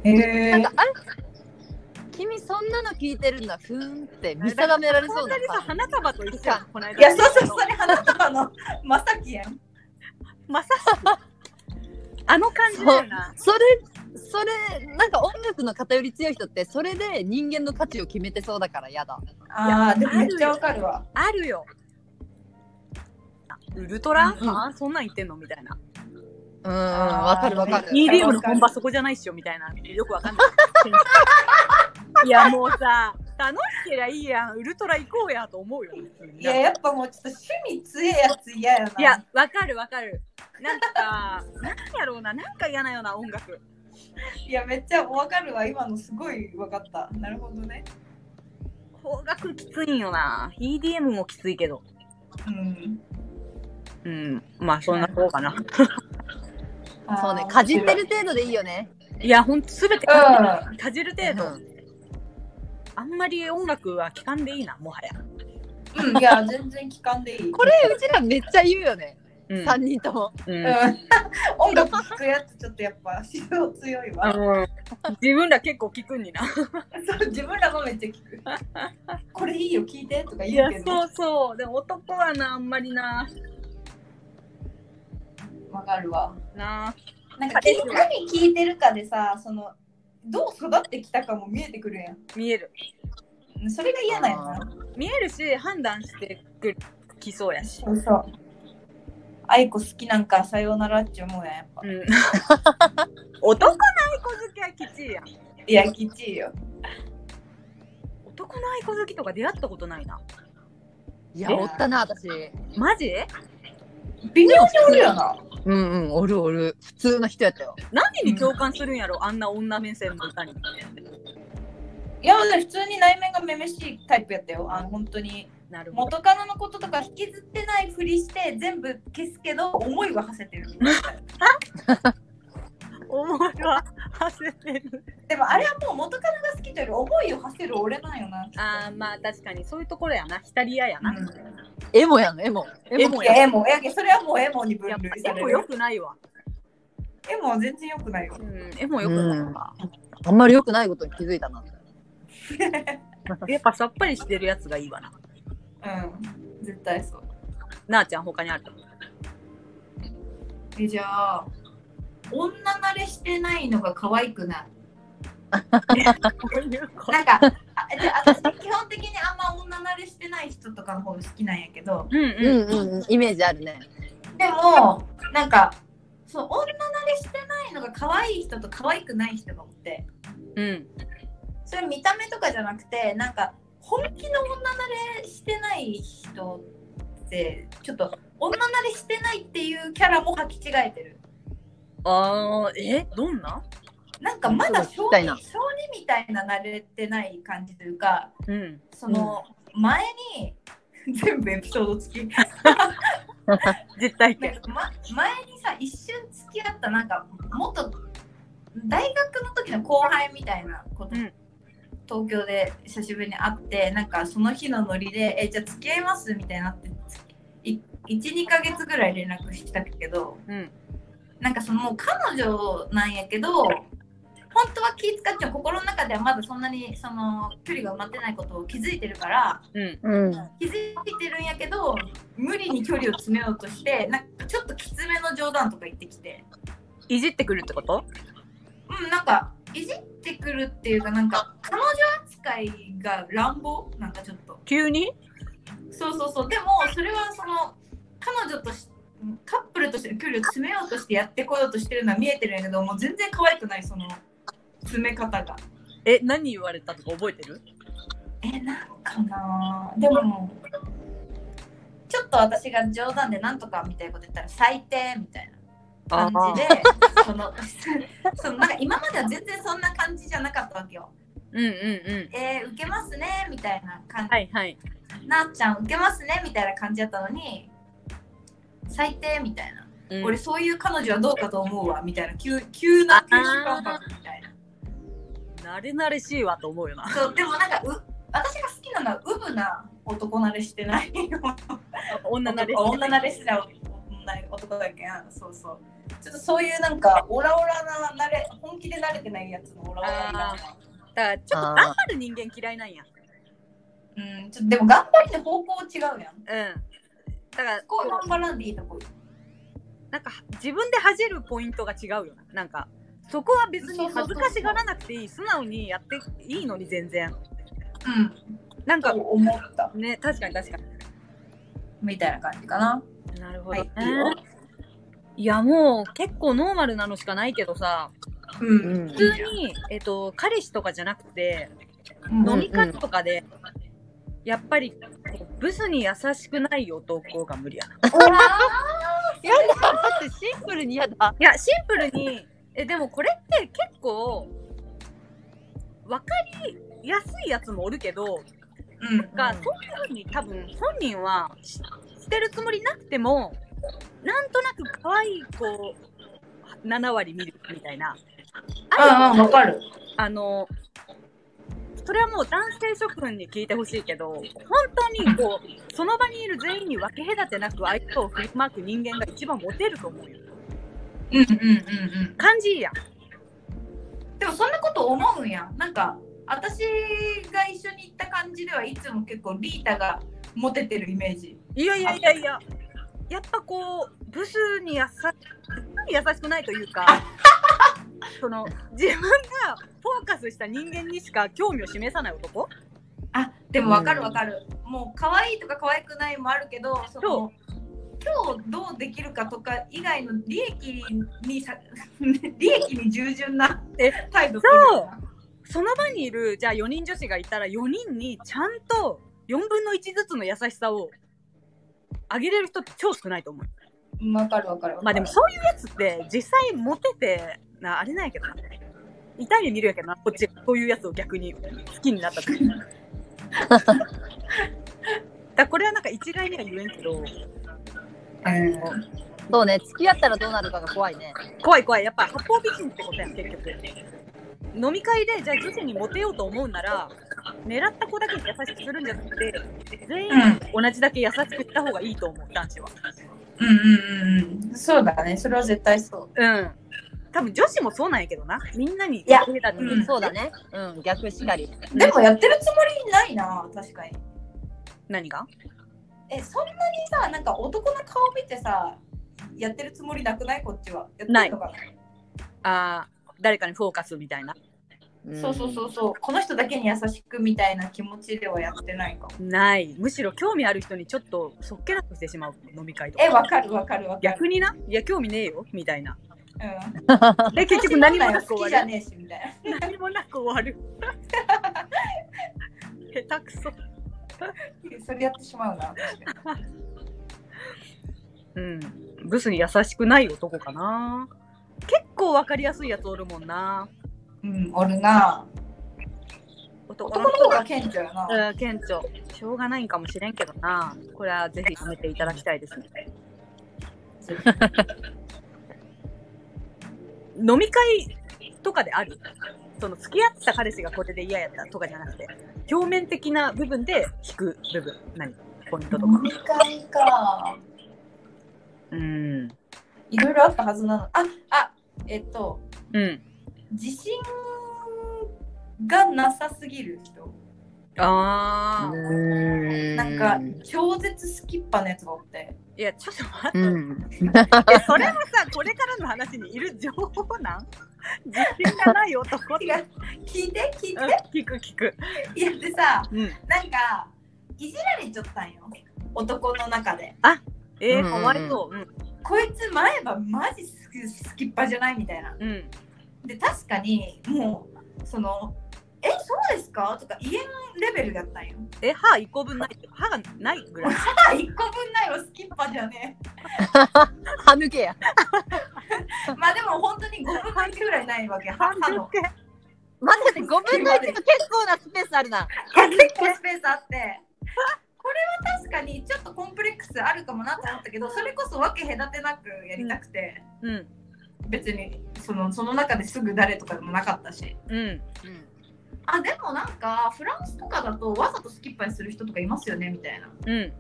Speaker 2: へえ
Speaker 3: なんか、あれ君そんなの聞いてるんだ、ふーんって見定められそ
Speaker 1: こ
Speaker 3: うんな
Speaker 1: なにさ、
Speaker 3: 感
Speaker 1: 花束と一緒やんこの間。
Speaker 2: いやそうそうそれ花束のまさきやん
Speaker 1: まさしく。あの感じだよな。
Speaker 3: じ。それ、それ、なんか音楽の偏り強い人って、それで人間の価値を決めてそうだから嫌だ。
Speaker 2: ああでもめっちゃわかるわ
Speaker 1: あるよ。あウルトラ、
Speaker 3: うん
Speaker 1: あそんなん言ってんのみたいな。
Speaker 3: うーん、わかるわかる。
Speaker 2: いい
Speaker 1: EDM の本場そこじゃないっしょみたいな。よくわかんない。 いやもうさ、楽しけりゃいいやん。ウルトラ行こうやと思うよ。普通に
Speaker 2: いややっぱもうちょっと趣味強えやつ嫌やない
Speaker 1: や、わかるわかる。なんか、なんやろうな、なんか嫌なような音楽。
Speaker 2: いやめっちゃわかるわ今のすごいわかったなるほどね
Speaker 1: 邦楽きついんよな。EDM もきついけど。
Speaker 2: うん
Speaker 1: うん、まあそんな方かな。
Speaker 3: そうね、かじってる程度でいいよね。
Speaker 1: いや、ほんと、すべてか
Speaker 2: う
Speaker 1: じる程
Speaker 3: う
Speaker 1: 度。あんまり音楽は聞かんでいいな、もはや。
Speaker 2: うんい や全然聞かんでいい
Speaker 3: これ、うちらめっちゃ言うよね。
Speaker 1: うん
Speaker 3: 3人とも。
Speaker 1: う
Speaker 2: うんん 音楽聞くやつちょっとやっぱ思想強いわ
Speaker 1: うん自分ら結構聞くんにな。
Speaker 2: そう自分らもめっちゃ 聞くこれいいよ聞いてとか
Speaker 1: い
Speaker 2: 言
Speaker 1: や
Speaker 2: うけ、ど
Speaker 1: そうそう。でも男はな、あんまりな。
Speaker 2: わかるわ
Speaker 1: なあ
Speaker 2: なんか聞い何聞いてるかでさそのどう育ってきたかも見えてくるや
Speaker 1: 見える。
Speaker 2: んそれが嫌なんやな
Speaker 1: 見えるし、判断してくる。きそうやし。
Speaker 2: そうそう愛子好きなんかさようならって思うやんやっぱ
Speaker 1: うん。男の愛子好きはきちいやん。
Speaker 2: いやきちいよ
Speaker 1: 男の愛子好きとか出会ったことないな。
Speaker 3: いや、おったな、私。
Speaker 1: マジ
Speaker 2: 微妙におるよな
Speaker 3: うんうん、おるおる。普通の人やったよ。
Speaker 1: 何に共感するんやろ、あんな女目線の歌に。
Speaker 2: いやでも普通に内面がめめしいタイプやったよあの本当に
Speaker 1: なるほど。
Speaker 2: 元カノのこととか引きずってないふりして全部消すけど思いは馳せてるみたいな
Speaker 1: 思いは馳せてる。
Speaker 2: でもあれはもう元カノが好きというより思いを馳せる俺なんよな
Speaker 1: ああ、まあ確かにそういうところやな。浸り屋やな。
Speaker 2: うん
Speaker 3: エモやん、エモ。エ
Speaker 1: エ
Speaker 3: モ
Speaker 1: モ
Speaker 2: い
Speaker 1: や
Speaker 2: やエモいやけどそれはもうエモに分
Speaker 1: やっ
Speaker 2: 類
Speaker 1: ぱ
Speaker 2: さ
Speaker 1: エ
Speaker 2: れ
Speaker 1: モ
Speaker 2: る
Speaker 1: 良くないわ。
Speaker 4: 絵も全然良くないよ。
Speaker 1: うん、絵もよくないわ、
Speaker 3: あんまり良くないことに気づいたな。
Speaker 1: やっぱさっぱりしてるやつがいいわな。
Speaker 4: うん、絶対そう。
Speaker 1: なあちゃん、他にある
Speaker 2: えじゃあ女慣れしてないのが可愛くないなんかあじゃあ私基本的にあんま女慣れしてない人とかの方が好きなんやけど
Speaker 1: うん
Speaker 3: う
Speaker 1: うん
Speaker 3: うんうん、イメージあるね。
Speaker 2: でもなんかそう女慣れしてないのが可愛い人と可愛くない人がおって
Speaker 1: ん。うん。
Speaker 2: それ見た目とかじゃなくてなんか本気の女慣れしてない人ってちょっと女慣れしてないっていうキャラも履き違えてる
Speaker 1: あー、えどんな
Speaker 2: なんかまだ
Speaker 3: そう
Speaker 2: 小
Speaker 3: だ聞きた
Speaker 2: 児
Speaker 3: いな
Speaker 2: 小児みたいな慣れてない感じというか
Speaker 1: うん。
Speaker 2: その前に、 全部エピソード付きなん
Speaker 1: 絶対
Speaker 2: か、ま、前にさ一瞬付き合ったなんか元大学の時の後輩みたいなこと、
Speaker 1: うん
Speaker 2: 東京で久しぶりに会ってなんかその日のノリで「えじゃあ付き合います?」みたいになって12ヶ月ぐらい連絡したけど
Speaker 1: うん。
Speaker 2: なんかそのもう彼女なんやけど本当は気使っても心の中ではまだそんなにその距離が埋まってないことを気づいてるから。
Speaker 1: うん。
Speaker 3: うん。
Speaker 2: 気づいてるんやけど無理に距離を詰めようとしてなんかちょっときつめの冗談とか言ってきて
Speaker 1: いじってくるってこと
Speaker 2: うんなんかいじってくるっていうかなんか彼女扱いが乱暴なんかちょっと
Speaker 1: 急に
Speaker 2: そうそうそうでもそれはその彼女としカップルとしての距離を詰めようとしてやってこようとしてるのは見えてるんやけどもう全然可愛くないその詰め方が
Speaker 1: え、何言われたとか覚えてる
Speaker 2: えなんかなでもちょっと私が冗談でなんとかみたいなこと言ったら最低みたいな感じでその そのなんか今までは全然そんな感じじゃなかったわけよ。
Speaker 1: うんうんうん。
Speaker 2: えー、受けますねみたいな感じ、
Speaker 1: はいはい。
Speaker 2: なっちゃん受けますねみたいな感じだったのに最低みたいな、
Speaker 1: うん
Speaker 2: 俺そういう彼女はどうかと思うわみたいな急急な急週間パみたいな
Speaker 1: 慣れ慣れしいわと思うよな。
Speaker 2: そうでもなんかう私が好きなのはウブな男慣れしてないよ
Speaker 1: 女慣れ
Speaker 2: 男 女慣れしてない男だっけなそうそうちょっとそういうなんかオラオラな慣れ本気で慣れてないやつのオラオラな
Speaker 1: だから、ちょっと頑張る人間嫌いなんや。
Speaker 2: うんちょっとでも頑張りの方向違うやん
Speaker 1: うん。だから、
Speaker 2: こう頑張らんでいいとこ
Speaker 1: なんか自分で恥じるポイントが違うよな。なんかそこは別に恥ずかしがらなくていい、素直にやっていいのに全然。
Speaker 2: うん
Speaker 1: なん
Speaker 2: と
Speaker 1: か
Speaker 2: 思った
Speaker 1: ね、確かに確か
Speaker 2: みたいな感じかな
Speaker 1: に。なるほ
Speaker 2: はい
Speaker 1: ど、
Speaker 2: いいよ
Speaker 1: いやもう結構ノーマルなのしかないけどさ、
Speaker 2: う
Speaker 3: うんん
Speaker 1: 普通に、えっと、彼氏とかじゃなくて、
Speaker 2: うん
Speaker 1: 飲み会とかで、やっぱりこうブスに優しくない男が無理やな。い
Speaker 3: やだ、だってシンプルにやだ。
Speaker 1: や、シンプルに、え、でもこれって結構、わかりやすいやつもおるけど、
Speaker 2: うん
Speaker 1: が、
Speaker 3: うん
Speaker 1: そういうふうに多分本人はししてるつもりなくてもなんとなく可愛い子を7割見るみたいな
Speaker 2: ああわかる
Speaker 1: あのそれはもう男性諸君に聞いてほしいけど本当にこうその場にいる全員に分け隔てなく相手を振りまく人間が一番モテると思うよ
Speaker 2: うんうんうんうん
Speaker 1: 感じいいやん
Speaker 2: でもそんなこと思うんやんなんか私が一緒に行った感じではいつも結構リータがモテてるイメージ
Speaker 1: いやいやいやいややっぱこうブスに優し優しくないというかその自分がフォーカスした人間にしか興味を示さない男
Speaker 2: あでもわかるわかる、もう可愛いとか可愛くないもあるけど
Speaker 1: そ
Speaker 2: その今日どうできるかとか以外の利益にさ 利益に従順な
Speaker 1: え
Speaker 2: 態度
Speaker 1: そうその場にいるじゃあ4人女子がいたら4人にちゃんと4分の1ずつの優しさをあげれる人って超少ないと思う
Speaker 2: うんわかるわかるわかる
Speaker 1: まあでもそういうやつって実際モテてなあれないけどな痛い目見るやけどなこっちそういうやつを逆に好きになった時だからこれはなんか一概には言えんけど
Speaker 2: うん
Speaker 3: そうね、付き合ったらどうなるかが怖いね。
Speaker 1: 怖い怖いやっぱ八方美人ってことやん結局飲み会でじゃあ女子にモテようと思うなら狙った子だけに優しくするんじゃなくて全員同じだけ優しくした方がいいと思う男子は
Speaker 2: うんうんうんうんそうだねそれは絶対そう
Speaker 1: うん多分女子もそうなんやけどな。みんなに
Speaker 2: いや
Speaker 1: 教えたって
Speaker 4: うん
Speaker 3: そうだね。うん、逆しかり。
Speaker 2: でもやってるつもりないな確かに
Speaker 1: 何が
Speaker 2: えそんなにさなんか男の顔見てさやってるつもりなくないこっちはやってるのか
Speaker 1: あー誰かにフォーカスみたいな。
Speaker 2: そうそうそうそうこの人だけに優しくみたいな気持ちではやってないかも
Speaker 1: ない。むしろ興味ある人にちょっとそっけなくしてしまう飲み会とか。
Speaker 2: えわかるわかるわかる
Speaker 1: 逆にな、いや、興味ねえよみたい な。
Speaker 2: うん
Speaker 1: で、結局何もなく
Speaker 2: 好き
Speaker 1: 終
Speaker 2: じゃ
Speaker 1: わ
Speaker 2: ねえしみたいな
Speaker 1: る。何もなく終わる。 下手くそ。
Speaker 2: それやってしまうな 確かに
Speaker 1: うん。ブスに優しくない男かな。結構わかりやすいやつおるもんな。
Speaker 2: うんおるな
Speaker 1: 男
Speaker 2: 男
Speaker 1: の
Speaker 2: の
Speaker 1: 人
Speaker 2: 方
Speaker 1: が
Speaker 2: が顕著やな
Speaker 1: うん、顕著。しょうがないんかもしれんけどな。これはぜひやめていただきたいですね。 飲み会とかであるその付き合った彼氏がこれで嫌やったとかじゃなくて、表面的な部分で引く部分。何ポイントと
Speaker 2: 飲
Speaker 1: か。
Speaker 2: み会か
Speaker 1: うん。
Speaker 2: いろいろあったはずなのああえっと
Speaker 1: うん。
Speaker 2: 自信がなさすぎる人
Speaker 1: ああ。
Speaker 3: うん。
Speaker 2: なんか超絶好きっぱなやつがおって
Speaker 1: いや、ちょっと待って。
Speaker 3: うん。
Speaker 1: えそれもさ、これからの話にいる情報なん自信がない男って
Speaker 2: 違。う聞いて聞いて
Speaker 1: 聞く聞く。
Speaker 2: いやでさ
Speaker 1: うん。
Speaker 2: なんかいじられちゃったんよ男の中で
Speaker 1: え
Speaker 3: うんうんう
Speaker 1: ー、
Speaker 3: ん
Speaker 1: かわいそう。うん。
Speaker 2: こいつ前歯マジす好きっぱじゃないみたいな
Speaker 1: うん。
Speaker 2: で確かにもうその「えそうですか?」とか言えんレベルだったんよ
Speaker 1: え、歯1個分ないって歯がないぐらい。
Speaker 2: あ一個分ないわ好きっぱじゃ ね
Speaker 3: 歯抜けや。
Speaker 2: えまあでも本当に5分の1ぐらいないわ け歯歯の
Speaker 3: 待って待って、5分の1と結構なスペースあるな。
Speaker 2: 結構スペースあってこれは確かにちょっとコンプレックスあるかもなと思ったけどそれこそ分け隔てなくやりたくて、
Speaker 1: うん。
Speaker 2: 別にそのその中ですぐ誰とかでもなかったし
Speaker 1: うん。
Speaker 2: あでもなんかフランスとかだとわざとスキッパイする人とかいますよねみたいな
Speaker 1: うん。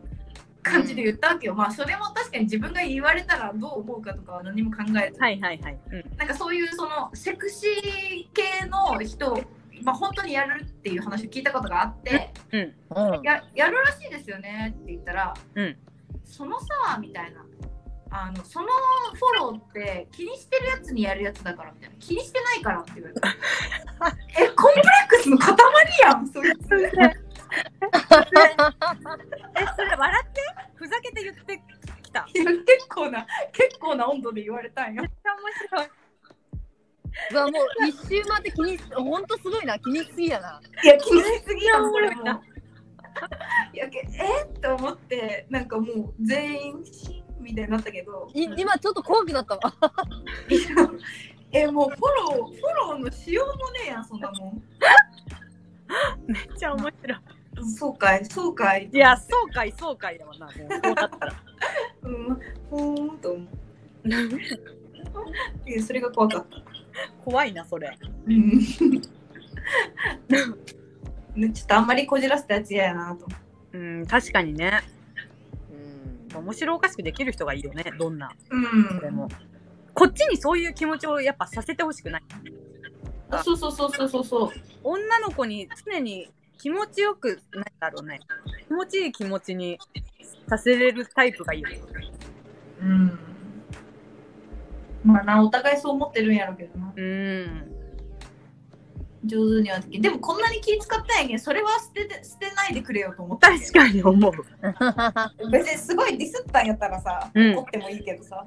Speaker 2: 感じで言ったわけよ、まあそれも確かに自分が言われたらどう思うかとかは何も考えず、
Speaker 1: はいはいはい。うん。
Speaker 2: なんかそういうそのセクシー系の人をまあ本当にやるっていう話を聞いたことがあって、
Speaker 3: うん。うん。
Speaker 2: ややるらしいですよねって言ったら、
Speaker 1: うん
Speaker 2: そのさみたいなあのそのフォローって気にしてるやつにやるやつだからみたいな気にしてないからって言 われたえコンプレックスの塊やんそいつ
Speaker 1: え、それ笑ってふざけて言ってきた。めっ
Speaker 2: いや結構な結構な温度で言われたんよ
Speaker 1: ちゃ面白い。
Speaker 3: うわもう一周回って気にほんとすごいな気にしすぎやない
Speaker 2: や気にしすぎやんこれも
Speaker 1: いや
Speaker 2: いやけえっと思ってなんかもう全員シーンみたいになったけど
Speaker 3: い今ちょっと怖くなったわ
Speaker 2: えもうフォローフォローのしようもねえやんそんなもん
Speaker 1: めっちゃ面白い。
Speaker 2: そうかい、そうかい
Speaker 1: い。や、そうかい、そうかいだわな。もうそうだったら。
Speaker 2: うん、ほーんと思う。いやそれが怖かった。
Speaker 1: 怖いな、それ。
Speaker 2: うん。ねちょっとあんまりこじらせたやつ嫌やなと思っ
Speaker 1: う
Speaker 2: て。
Speaker 1: ん、確かにね。
Speaker 3: うん
Speaker 1: 面白おかしくできる人がいいよね、どんな。
Speaker 2: うん
Speaker 1: それも。こっちにそういう気持ちをやっぱさせてほしくない。
Speaker 2: そうそうそうそうそうそう。
Speaker 1: 女の子に常に気持ちよく、なんだろうね。気持ちいい気持ちにさせれるタイプがいいよね。
Speaker 2: うん。まあな、お互いそう思ってるんやろうけどな。
Speaker 1: うん。
Speaker 2: 上手にはできんでもこんなに気使ったんやけん、それは捨てて捨てないでくれよと思った。
Speaker 1: 確かに思う。
Speaker 2: 別にすごいディスったんやったらさ、
Speaker 1: うん
Speaker 2: 怒ってもいいけどさ。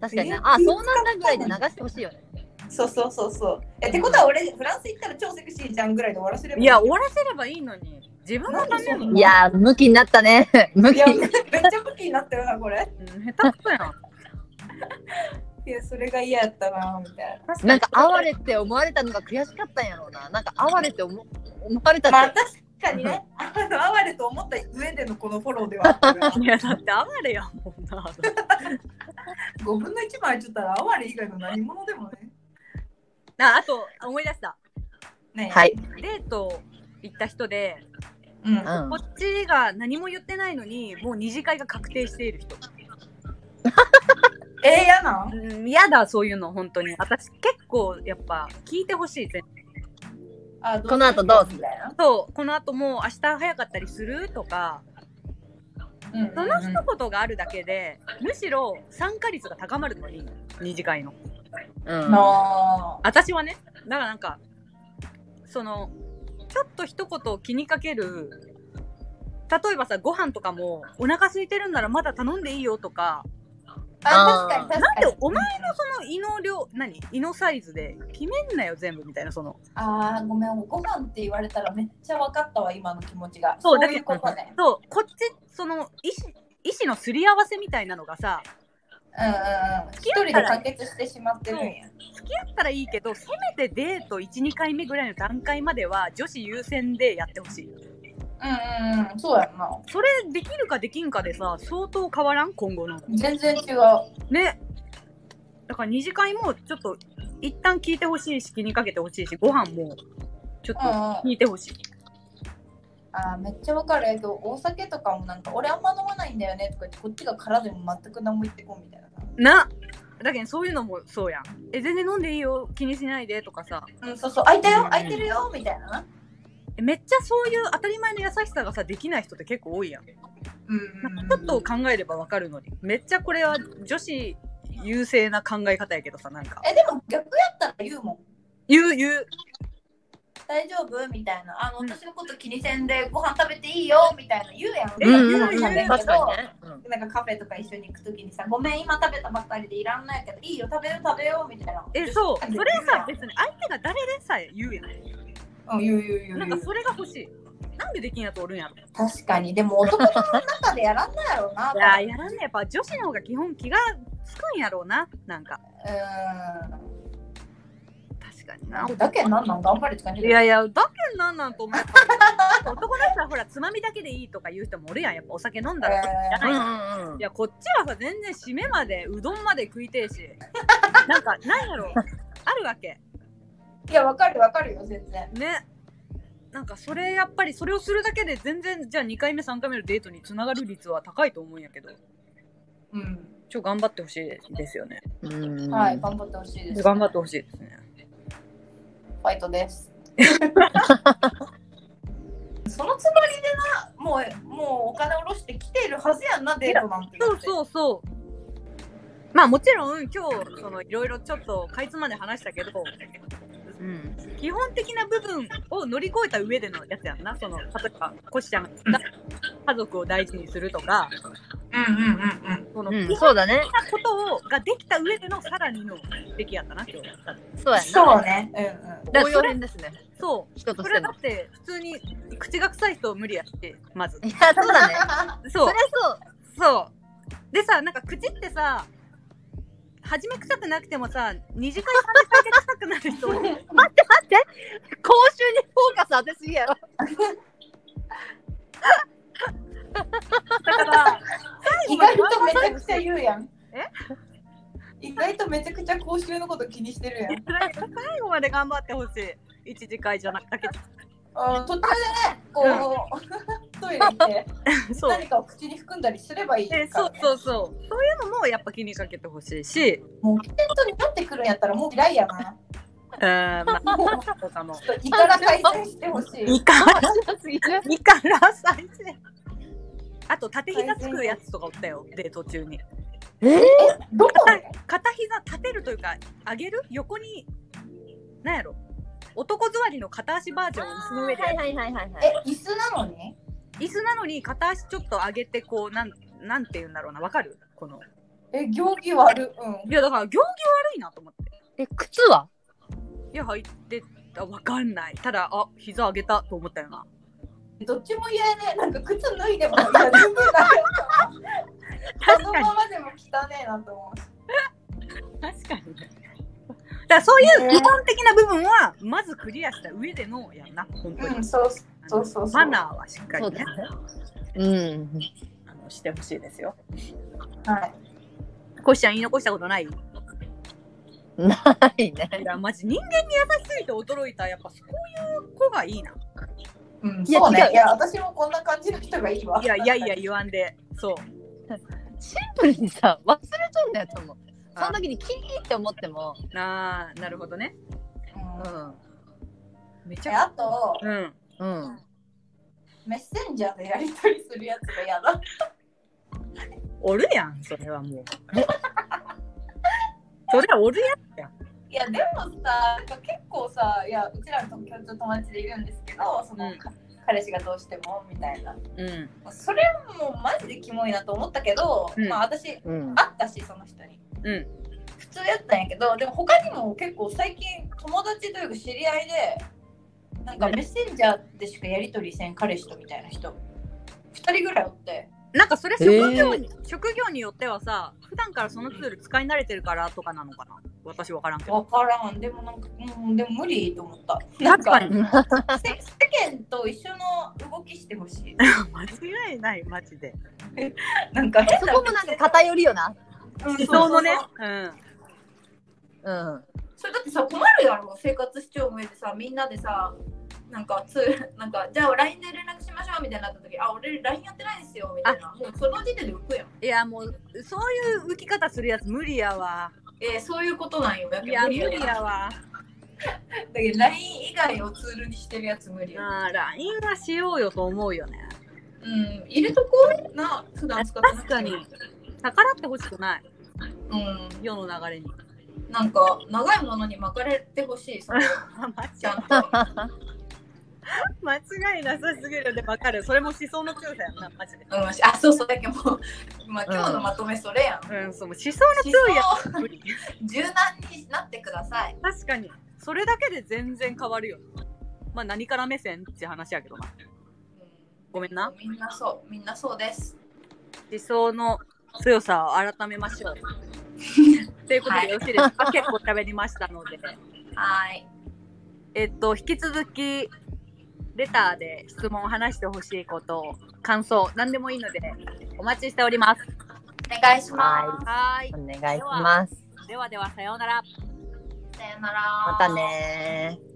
Speaker 3: 確かになあそうなんだぐらいで流してほしいよね
Speaker 2: そうそうそうそう。え、ってことは俺、フランス行ったら超セクシーじゃんぐらいで終わらせれば
Speaker 1: いや、終わらせればいいのに。自分のために。
Speaker 3: いやー向きになった ね向
Speaker 2: い
Speaker 3: き
Speaker 2: やめ
Speaker 3: に
Speaker 2: っちゃ武器になってるなこれ。
Speaker 1: うん下手くそやん。
Speaker 2: いやそれが嫌やったなみたい
Speaker 1: 確か
Speaker 3: な
Speaker 1: に
Speaker 3: んか哀れって思われたのが悔しかったんやろうななんか哀れって思思われた
Speaker 2: な。まあ
Speaker 3: って、
Speaker 2: 確かにね、あの哀れと思った上でのこのフォローではあったから。
Speaker 1: いや、だって哀れやもん な。
Speaker 2: 五分の一枚ちょっと哀れ以外の何者でもね。
Speaker 1: なあと、思い出した。
Speaker 2: ね
Speaker 3: はい。
Speaker 1: デート行った人で、
Speaker 2: うん。
Speaker 3: う
Speaker 2: あ
Speaker 3: ん
Speaker 1: こっちが何も言ってないのに、もう二次会が確定している人。
Speaker 4: えー、嫌なん
Speaker 1: うん、嫌だ、そういうの、本当に。私、結構、やっぱ、聞いてほしい、全部
Speaker 4: あどう
Speaker 3: この後どうする
Speaker 4: みたいな。
Speaker 1: そう、この後もう明日早かったりするとか、
Speaker 4: うんうんうん
Speaker 1: その一言があるだけで、むしろ参加率が高まるのに、二次会の。
Speaker 3: うん
Speaker 4: の
Speaker 1: 私はね、だからなんか、その、ちょっと一言気にかける、例えばさ、ご飯とかも、お腹空いてるんならまだ頼んでいいよとか、
Speaker 2: あ、確かに確かに。
Speaker 1: なんでお前のその胃の量、何胃のサイズで決めんなよ、全部みたいな、その。
Speaker 2: あーごめん、ご飯って言われたらめっちゃ分かったわ、今の気持ちが。
Speaker 1: そう
Speaker 2: そういうことね。
Speaker 1: そう、こっち、その、意思、意思のすり合わせみたいなのがさ、
Speaker 2: うんうんうん。一人で完結してしまってるんや。
Speaker 1: 付き合ったらいいけど、せめてデート1、2回目ぐらいの段階までは、女子優先でやってほしい。
Speaker 2: うんうんうん、そうやんな。
Speaker 1: それ、できるかできんかでさ、相当変わらん今後の。
Speaker 2: 全然違う。
Speaker 1: ね。だから二次会もちょっと一旦聞いてほしいし気にかけてほしいしご飯もちょっ
Speaker 2: うんうん
Speaker 1: と。聞いてほしい。
Speaker 2: あーめっちゃわかるけど、お酒とかもなんか、俺あんま飲まないんだよねとか言って、こっちが空でも全く何も言ってこんみたいな。
Speaker 1: なだけどそういうのもそうやん。え全然飲んでいいよ気にしないでとかさ
Speaker 2: うん、そうそう、空いた
Speaker 3: うん
Speaker 2: よ
Speaker 3: うん
Speaker 2: 空いてるよみたいなな。
Speaker 1: えめっちゃそういう当たり前の優しさがさできない人って結構多いやん。ち
Speaker 4: うんうん
Speaker 1: ょっと考えればわかるのにめっちゃこれは女子優勢な考え方やけどさなんか
Speaker 2: え、でも逆やったら言うもん。
Speaker 1: 言う言う
Speaker 2: 大丈夫みたいな。あの、
Speaker 1: うん
Speaker 2: 私のこと気にせんでご飯食べていいよみたいな言うやん。
Speaker 3: うんん
Speaker 1: うん
Speaker 2: 言うやんだけど
Speaker 3: 確かにね。うん
Speaker 2: なんかカフェとか一緒に行くときにさ、ごめん、今食べたばっかりでいらんないけど、いいよ、食べよう、食べようみたいな。
Speaker 1: えそうそれさ別に相手が誰でさえ言うやん
Speaker 2: うん、言う言う言う
Speaker 1: なん
Speaker 2: 言
Speaker 1: か
Speaker 2: う
Speaker 1: それが欲しいなんでできんやつおるんやろ
Speaker 2: 確かに、でも男の中でやらんのやろうな。
Speaker 1: いややらんねやっぱ女子の方が基本気がつくんやろうななんか確かに
Speaker 2: うーん。だけどなんなん頑張れって感じ
Speaker 1: い
Speaker 2: だ
Speaker 1: やいやだけなんなんと思う男の人はほらつまみだけでいいとか言う人もおるやんやっぱお酒飲んだら、
Speaker 2: え
Speaker 3: う
Speaker 1: い
Speaker 3: んう
Speaker 1: や
Speaker 3: んうん
Speaker 1: いやこっちはさ全然締めまでうどんまで食いてえしなんかなんやろあるわけ
Speaker 2: ーいや、わかるわかるよ、全然。
Speaker 1: ねなんかそれやっぱりそれをするだけで全然じゃあ2回目3回目のデートにつながる率は高いと思うんやけど
Speaker 2: うん。
Speaker 1: ちょ頑張ってほしいですよね
Speaker 3: うん
Speaker 2: はい、頑張ってほしいです。
Speaker 1: 頑張ってほしいですね
Speaker 2: ファイトです。 そのつもりでな、もう、もうお金下ろして来ているはずやんな、デートなんて言
Speaker 1: そ
Speaker 2: っ
Speaker 1: う
Speaker 2: て。う。
Speaker 1: そうそう。まあもちろん今日そのいろいろちょっとかいつまで話したけど、
Speaker 3: うん
Speaker 1: 基本的な部分を乗り越えた上でのやつやんな。その例えばコシちゃんが言った家族を大事にするとか、
Speaker 4: うんうんうんうん。
Speaker 1: その
Speaker 3: う
Speaker 1: 基
Speaker 3: ん
Speaker 1: 本
Speaker 3: そうだね
Speaker 1: 的なことをができた上でのさらにの出来やったな今日。
Speaker 3: そうや
Speaker 2: そうね。うんうん。
Speaker 3: な応用編ですね
Speaker 1: そ
Speaker 3: 人
Speaker 1: う。
Speaker 3: と
Speaker 1: そ
Speaker 3: し
Speaker 1: れ
Speaker 3: て
Speaker 1: だ
Speaker 3: の
Speaker 1: って普通に口が臭い人無理やってまず
Speaker 3: い。やそうだね
Speaker 1: そ
Speaker 3: そうりゃ。そう
Speaker 1: そう。でさ、なんか口ってさ、初め臭くなくてもさ、二次会、三次会で臭くなる人多い
Speaker 3: 待って待って口臭にフォーカス当てすぎやろ
Speaker 1: だから、
Speaker 2: 意外とめちゃくちゃ言うやん。
Speaker 1: え
Speaker 2: 意外とめちゃくちゃ公衆のこと気にしてるやん。
Speaker 1: 最後まで頑張ってほしい。一次会じゃなくだけ
Speaker 2: うん途中でね、こう、 トイレ行って
Speaker 1: ど。そう。
Speaker 2: 何かを口に含んだりすればいいから、
Speaker 1: で
Speaker 2: ね。
Speaker 1: そうそうそう。そういうのもやっぱ気にかけてほしいし、
Speaker 2: もう、テントになってくるんやったらもう嫌いやな。
Speaker 1: うーん、 まあ、
Speaker 2: もう、
Speaker 1: そうかも。
Speaker 2: ちょっと胃から改善してほし い。
Speaker 1: いから、
Speaker 3: すぎる
Speaker 1: いから再生。あと、縦膝つくやつとかおったよ、デート中に。
Speaker 3: え
Speaker 2: どこ
Speaker 1: 片膝立てるというか、上げる横に、なんやろ。男座りの片足バージョンを椅子の上でやる
Speaker 3: はいはいはいはい
Speaker 2: え、椅子なのに
Speaker 1: 椅子なのに片足ちょっと上げてこうなんなんて言うんだろうなわかるこの
Speaker 2: え、行儀悪。
Speaker 1: いやだから行儀悪いなと思って
Speaker 3: え靴はい
Speaker 1: や入ってたわかんないただあ膝上げたと思ったよな
Speaker 2: うん。どっちも嫌やね。なんか靴脱いでも嫌だ。脱ぐなよ
Speaker 1: 確
Speaker 2: その
Speaker 1: かに
Speaker 2: ままでも汚ねえなと思うし。
Speaker 1: 確かにだからそういう
Speaker 2: ね
Speaker 1: 基本的な部分はまずクリアした上でのやんな本当に、
Speaker 2: うん、そうそうそうそう。
Speaker 1: マナーはしっか
Speaker 3: そ
Speaker 1: り
Speaker 3: う
Speaker 1: ね
Speaker 3: だね うん
Speaker 1: あのしてほしいですよ
Speaker 2: はい。
Speaker 1: コシちゃん言い残したことないい
Speaker 3: ないね
Speaker 1: やマジ人間に優しすぎて驚いたやっぱそういう子がいいな
Speaker 2: うん、
Speaker 3: いや
Speaker 2: そう
Speaker 3: 違
Speaker 2: ね
Speaker 3: う。
Speaker 2: いや、私もこんな感じの人がいいわ。
Speaker 1: いやいやいや言わんでそう
Speaker 3: シンプルにさ忘れちゃうんだよと思うその時にキーって思っても、
Speaker 1: あーなるほどね。
Speaker 2: うん
Speaker 3: ん、
Speaker 1: めち
Speaker 2: え
Speaker 1: ゃ
Speaker 2: あと
Speaker 1: くうん。
Speaker 3: うん。
Speaker 2: メッセンジャーでやり取りするやつが嫌だ
Speaker 1: おるやん、それはもう。それはおるやん。
Speaker 2: いやでもさなんか結構さいやうちらの共通友達でいるんですけどその、
Speaker 1: うん
Speaker 2: か彼氏がどうしてもみたいな
Speaker 1: うん。
Speaker 2: それもうマジでキモいなと思ったけど、
Speaker 1: うん
Speaker 2: まあ私会
Speaker 3: うん。
Speaker 2: ったしその人に
Speaker 1: うん。
Speaker 2: 普通やったんやけどでも他にも結構最近友達というか知り合いでなんかメッセンジャーでしかやり取りせん彼氏とみたいな人2人ぐらいおって
Speaker 1: なんかそれ職業に、職業によってはさ、普段からそのツール使い慣れてるからとかなのかな。私わからんけど。
Speaker 2: 分からんでもなんかうんでも無理と思った なん
Speaker 1: 確か
Speaker 2: か
Speaker 1: に。
Speaker 2: せ世間と一緒の動きしてほしい
Speaker 1: 間違いない、マジで。
Speaker 2: なんか変
Speaker 3: そ
Speaker 2: な
Speaker 3: こもなんか偏りよな。
Speaker 2: うん
Speaker 1: 理想のね
Speaker 2: そうそうそう。
Speaker 1: うん。
Speaker 3: うん。
Speaker 2: それだってさ困るやろ生活しちゃう上でさみんなでさなんかつ なんかじゃあ LINE で連絡しましょうみたいになった時あ俺 LINE やってないんですよみたいなもうその時点で浮くやん
Speaker 1: いや、もう、そういう浮き方するやつ無理やわ。
Speaker 2: えー、そういうことなんよやっぱ
Speaker 1: いや、無
Speaker 2: 無理
Speaker 1: 理
Speaker 2: やだ
Speaker 1: やわ。
Speaker 2: けど LINE 以外をツールにしてるやつ無理や
Speaker 1: あー LINE はしようよと思うよね。
Speaker 2: うん入れとこうな普段使ってなく
Speaker 1: 確
Speaker 2: ても
Speaker 1: かに逆らってほしくない。
Speaker 2: う
Speaker 1: 世の流れに。
Speaker 2: んなんか長いものに巻かれてほしいそ れ
Speaker 1: あマジ
Speaker 2: ちゃんと
Speaker 1: 間違いなさすぎるでわかる。それも思想の強さやんな、マジで。
Speaker 2: うん、あそうそうだけどもう、まあ、今日のまとめ それやん、
Speaker 1: うん、そう、もう思想の強いや
Speaker 2: 思
Speaker 1: つ無理。
Speaker 2: 想 柔軟になってください
Speaker 1: 確かに。それだけで全然変わるよ。まあ、何から目線って話やけどな。ごめんな。
Speaker 2: みんなそう、みんなそうです。
Speaker 1: 思想の強さを改めま しょう。ということで、よろしいですか、結構喋りましたので。
Speaker 2: はーい。
Speaker 1: えっと、引き続き、レターで質問を話してほしいこと、感想、何でもいいので、お待ちしております。
Speaker 2: お願いしま
Speaker 1: はーい。
Speaker 3: お願いします。
Speaker 1: ではでは、さようなら。
Speaker 2: す。さよなら。
Speaker 3: またねー。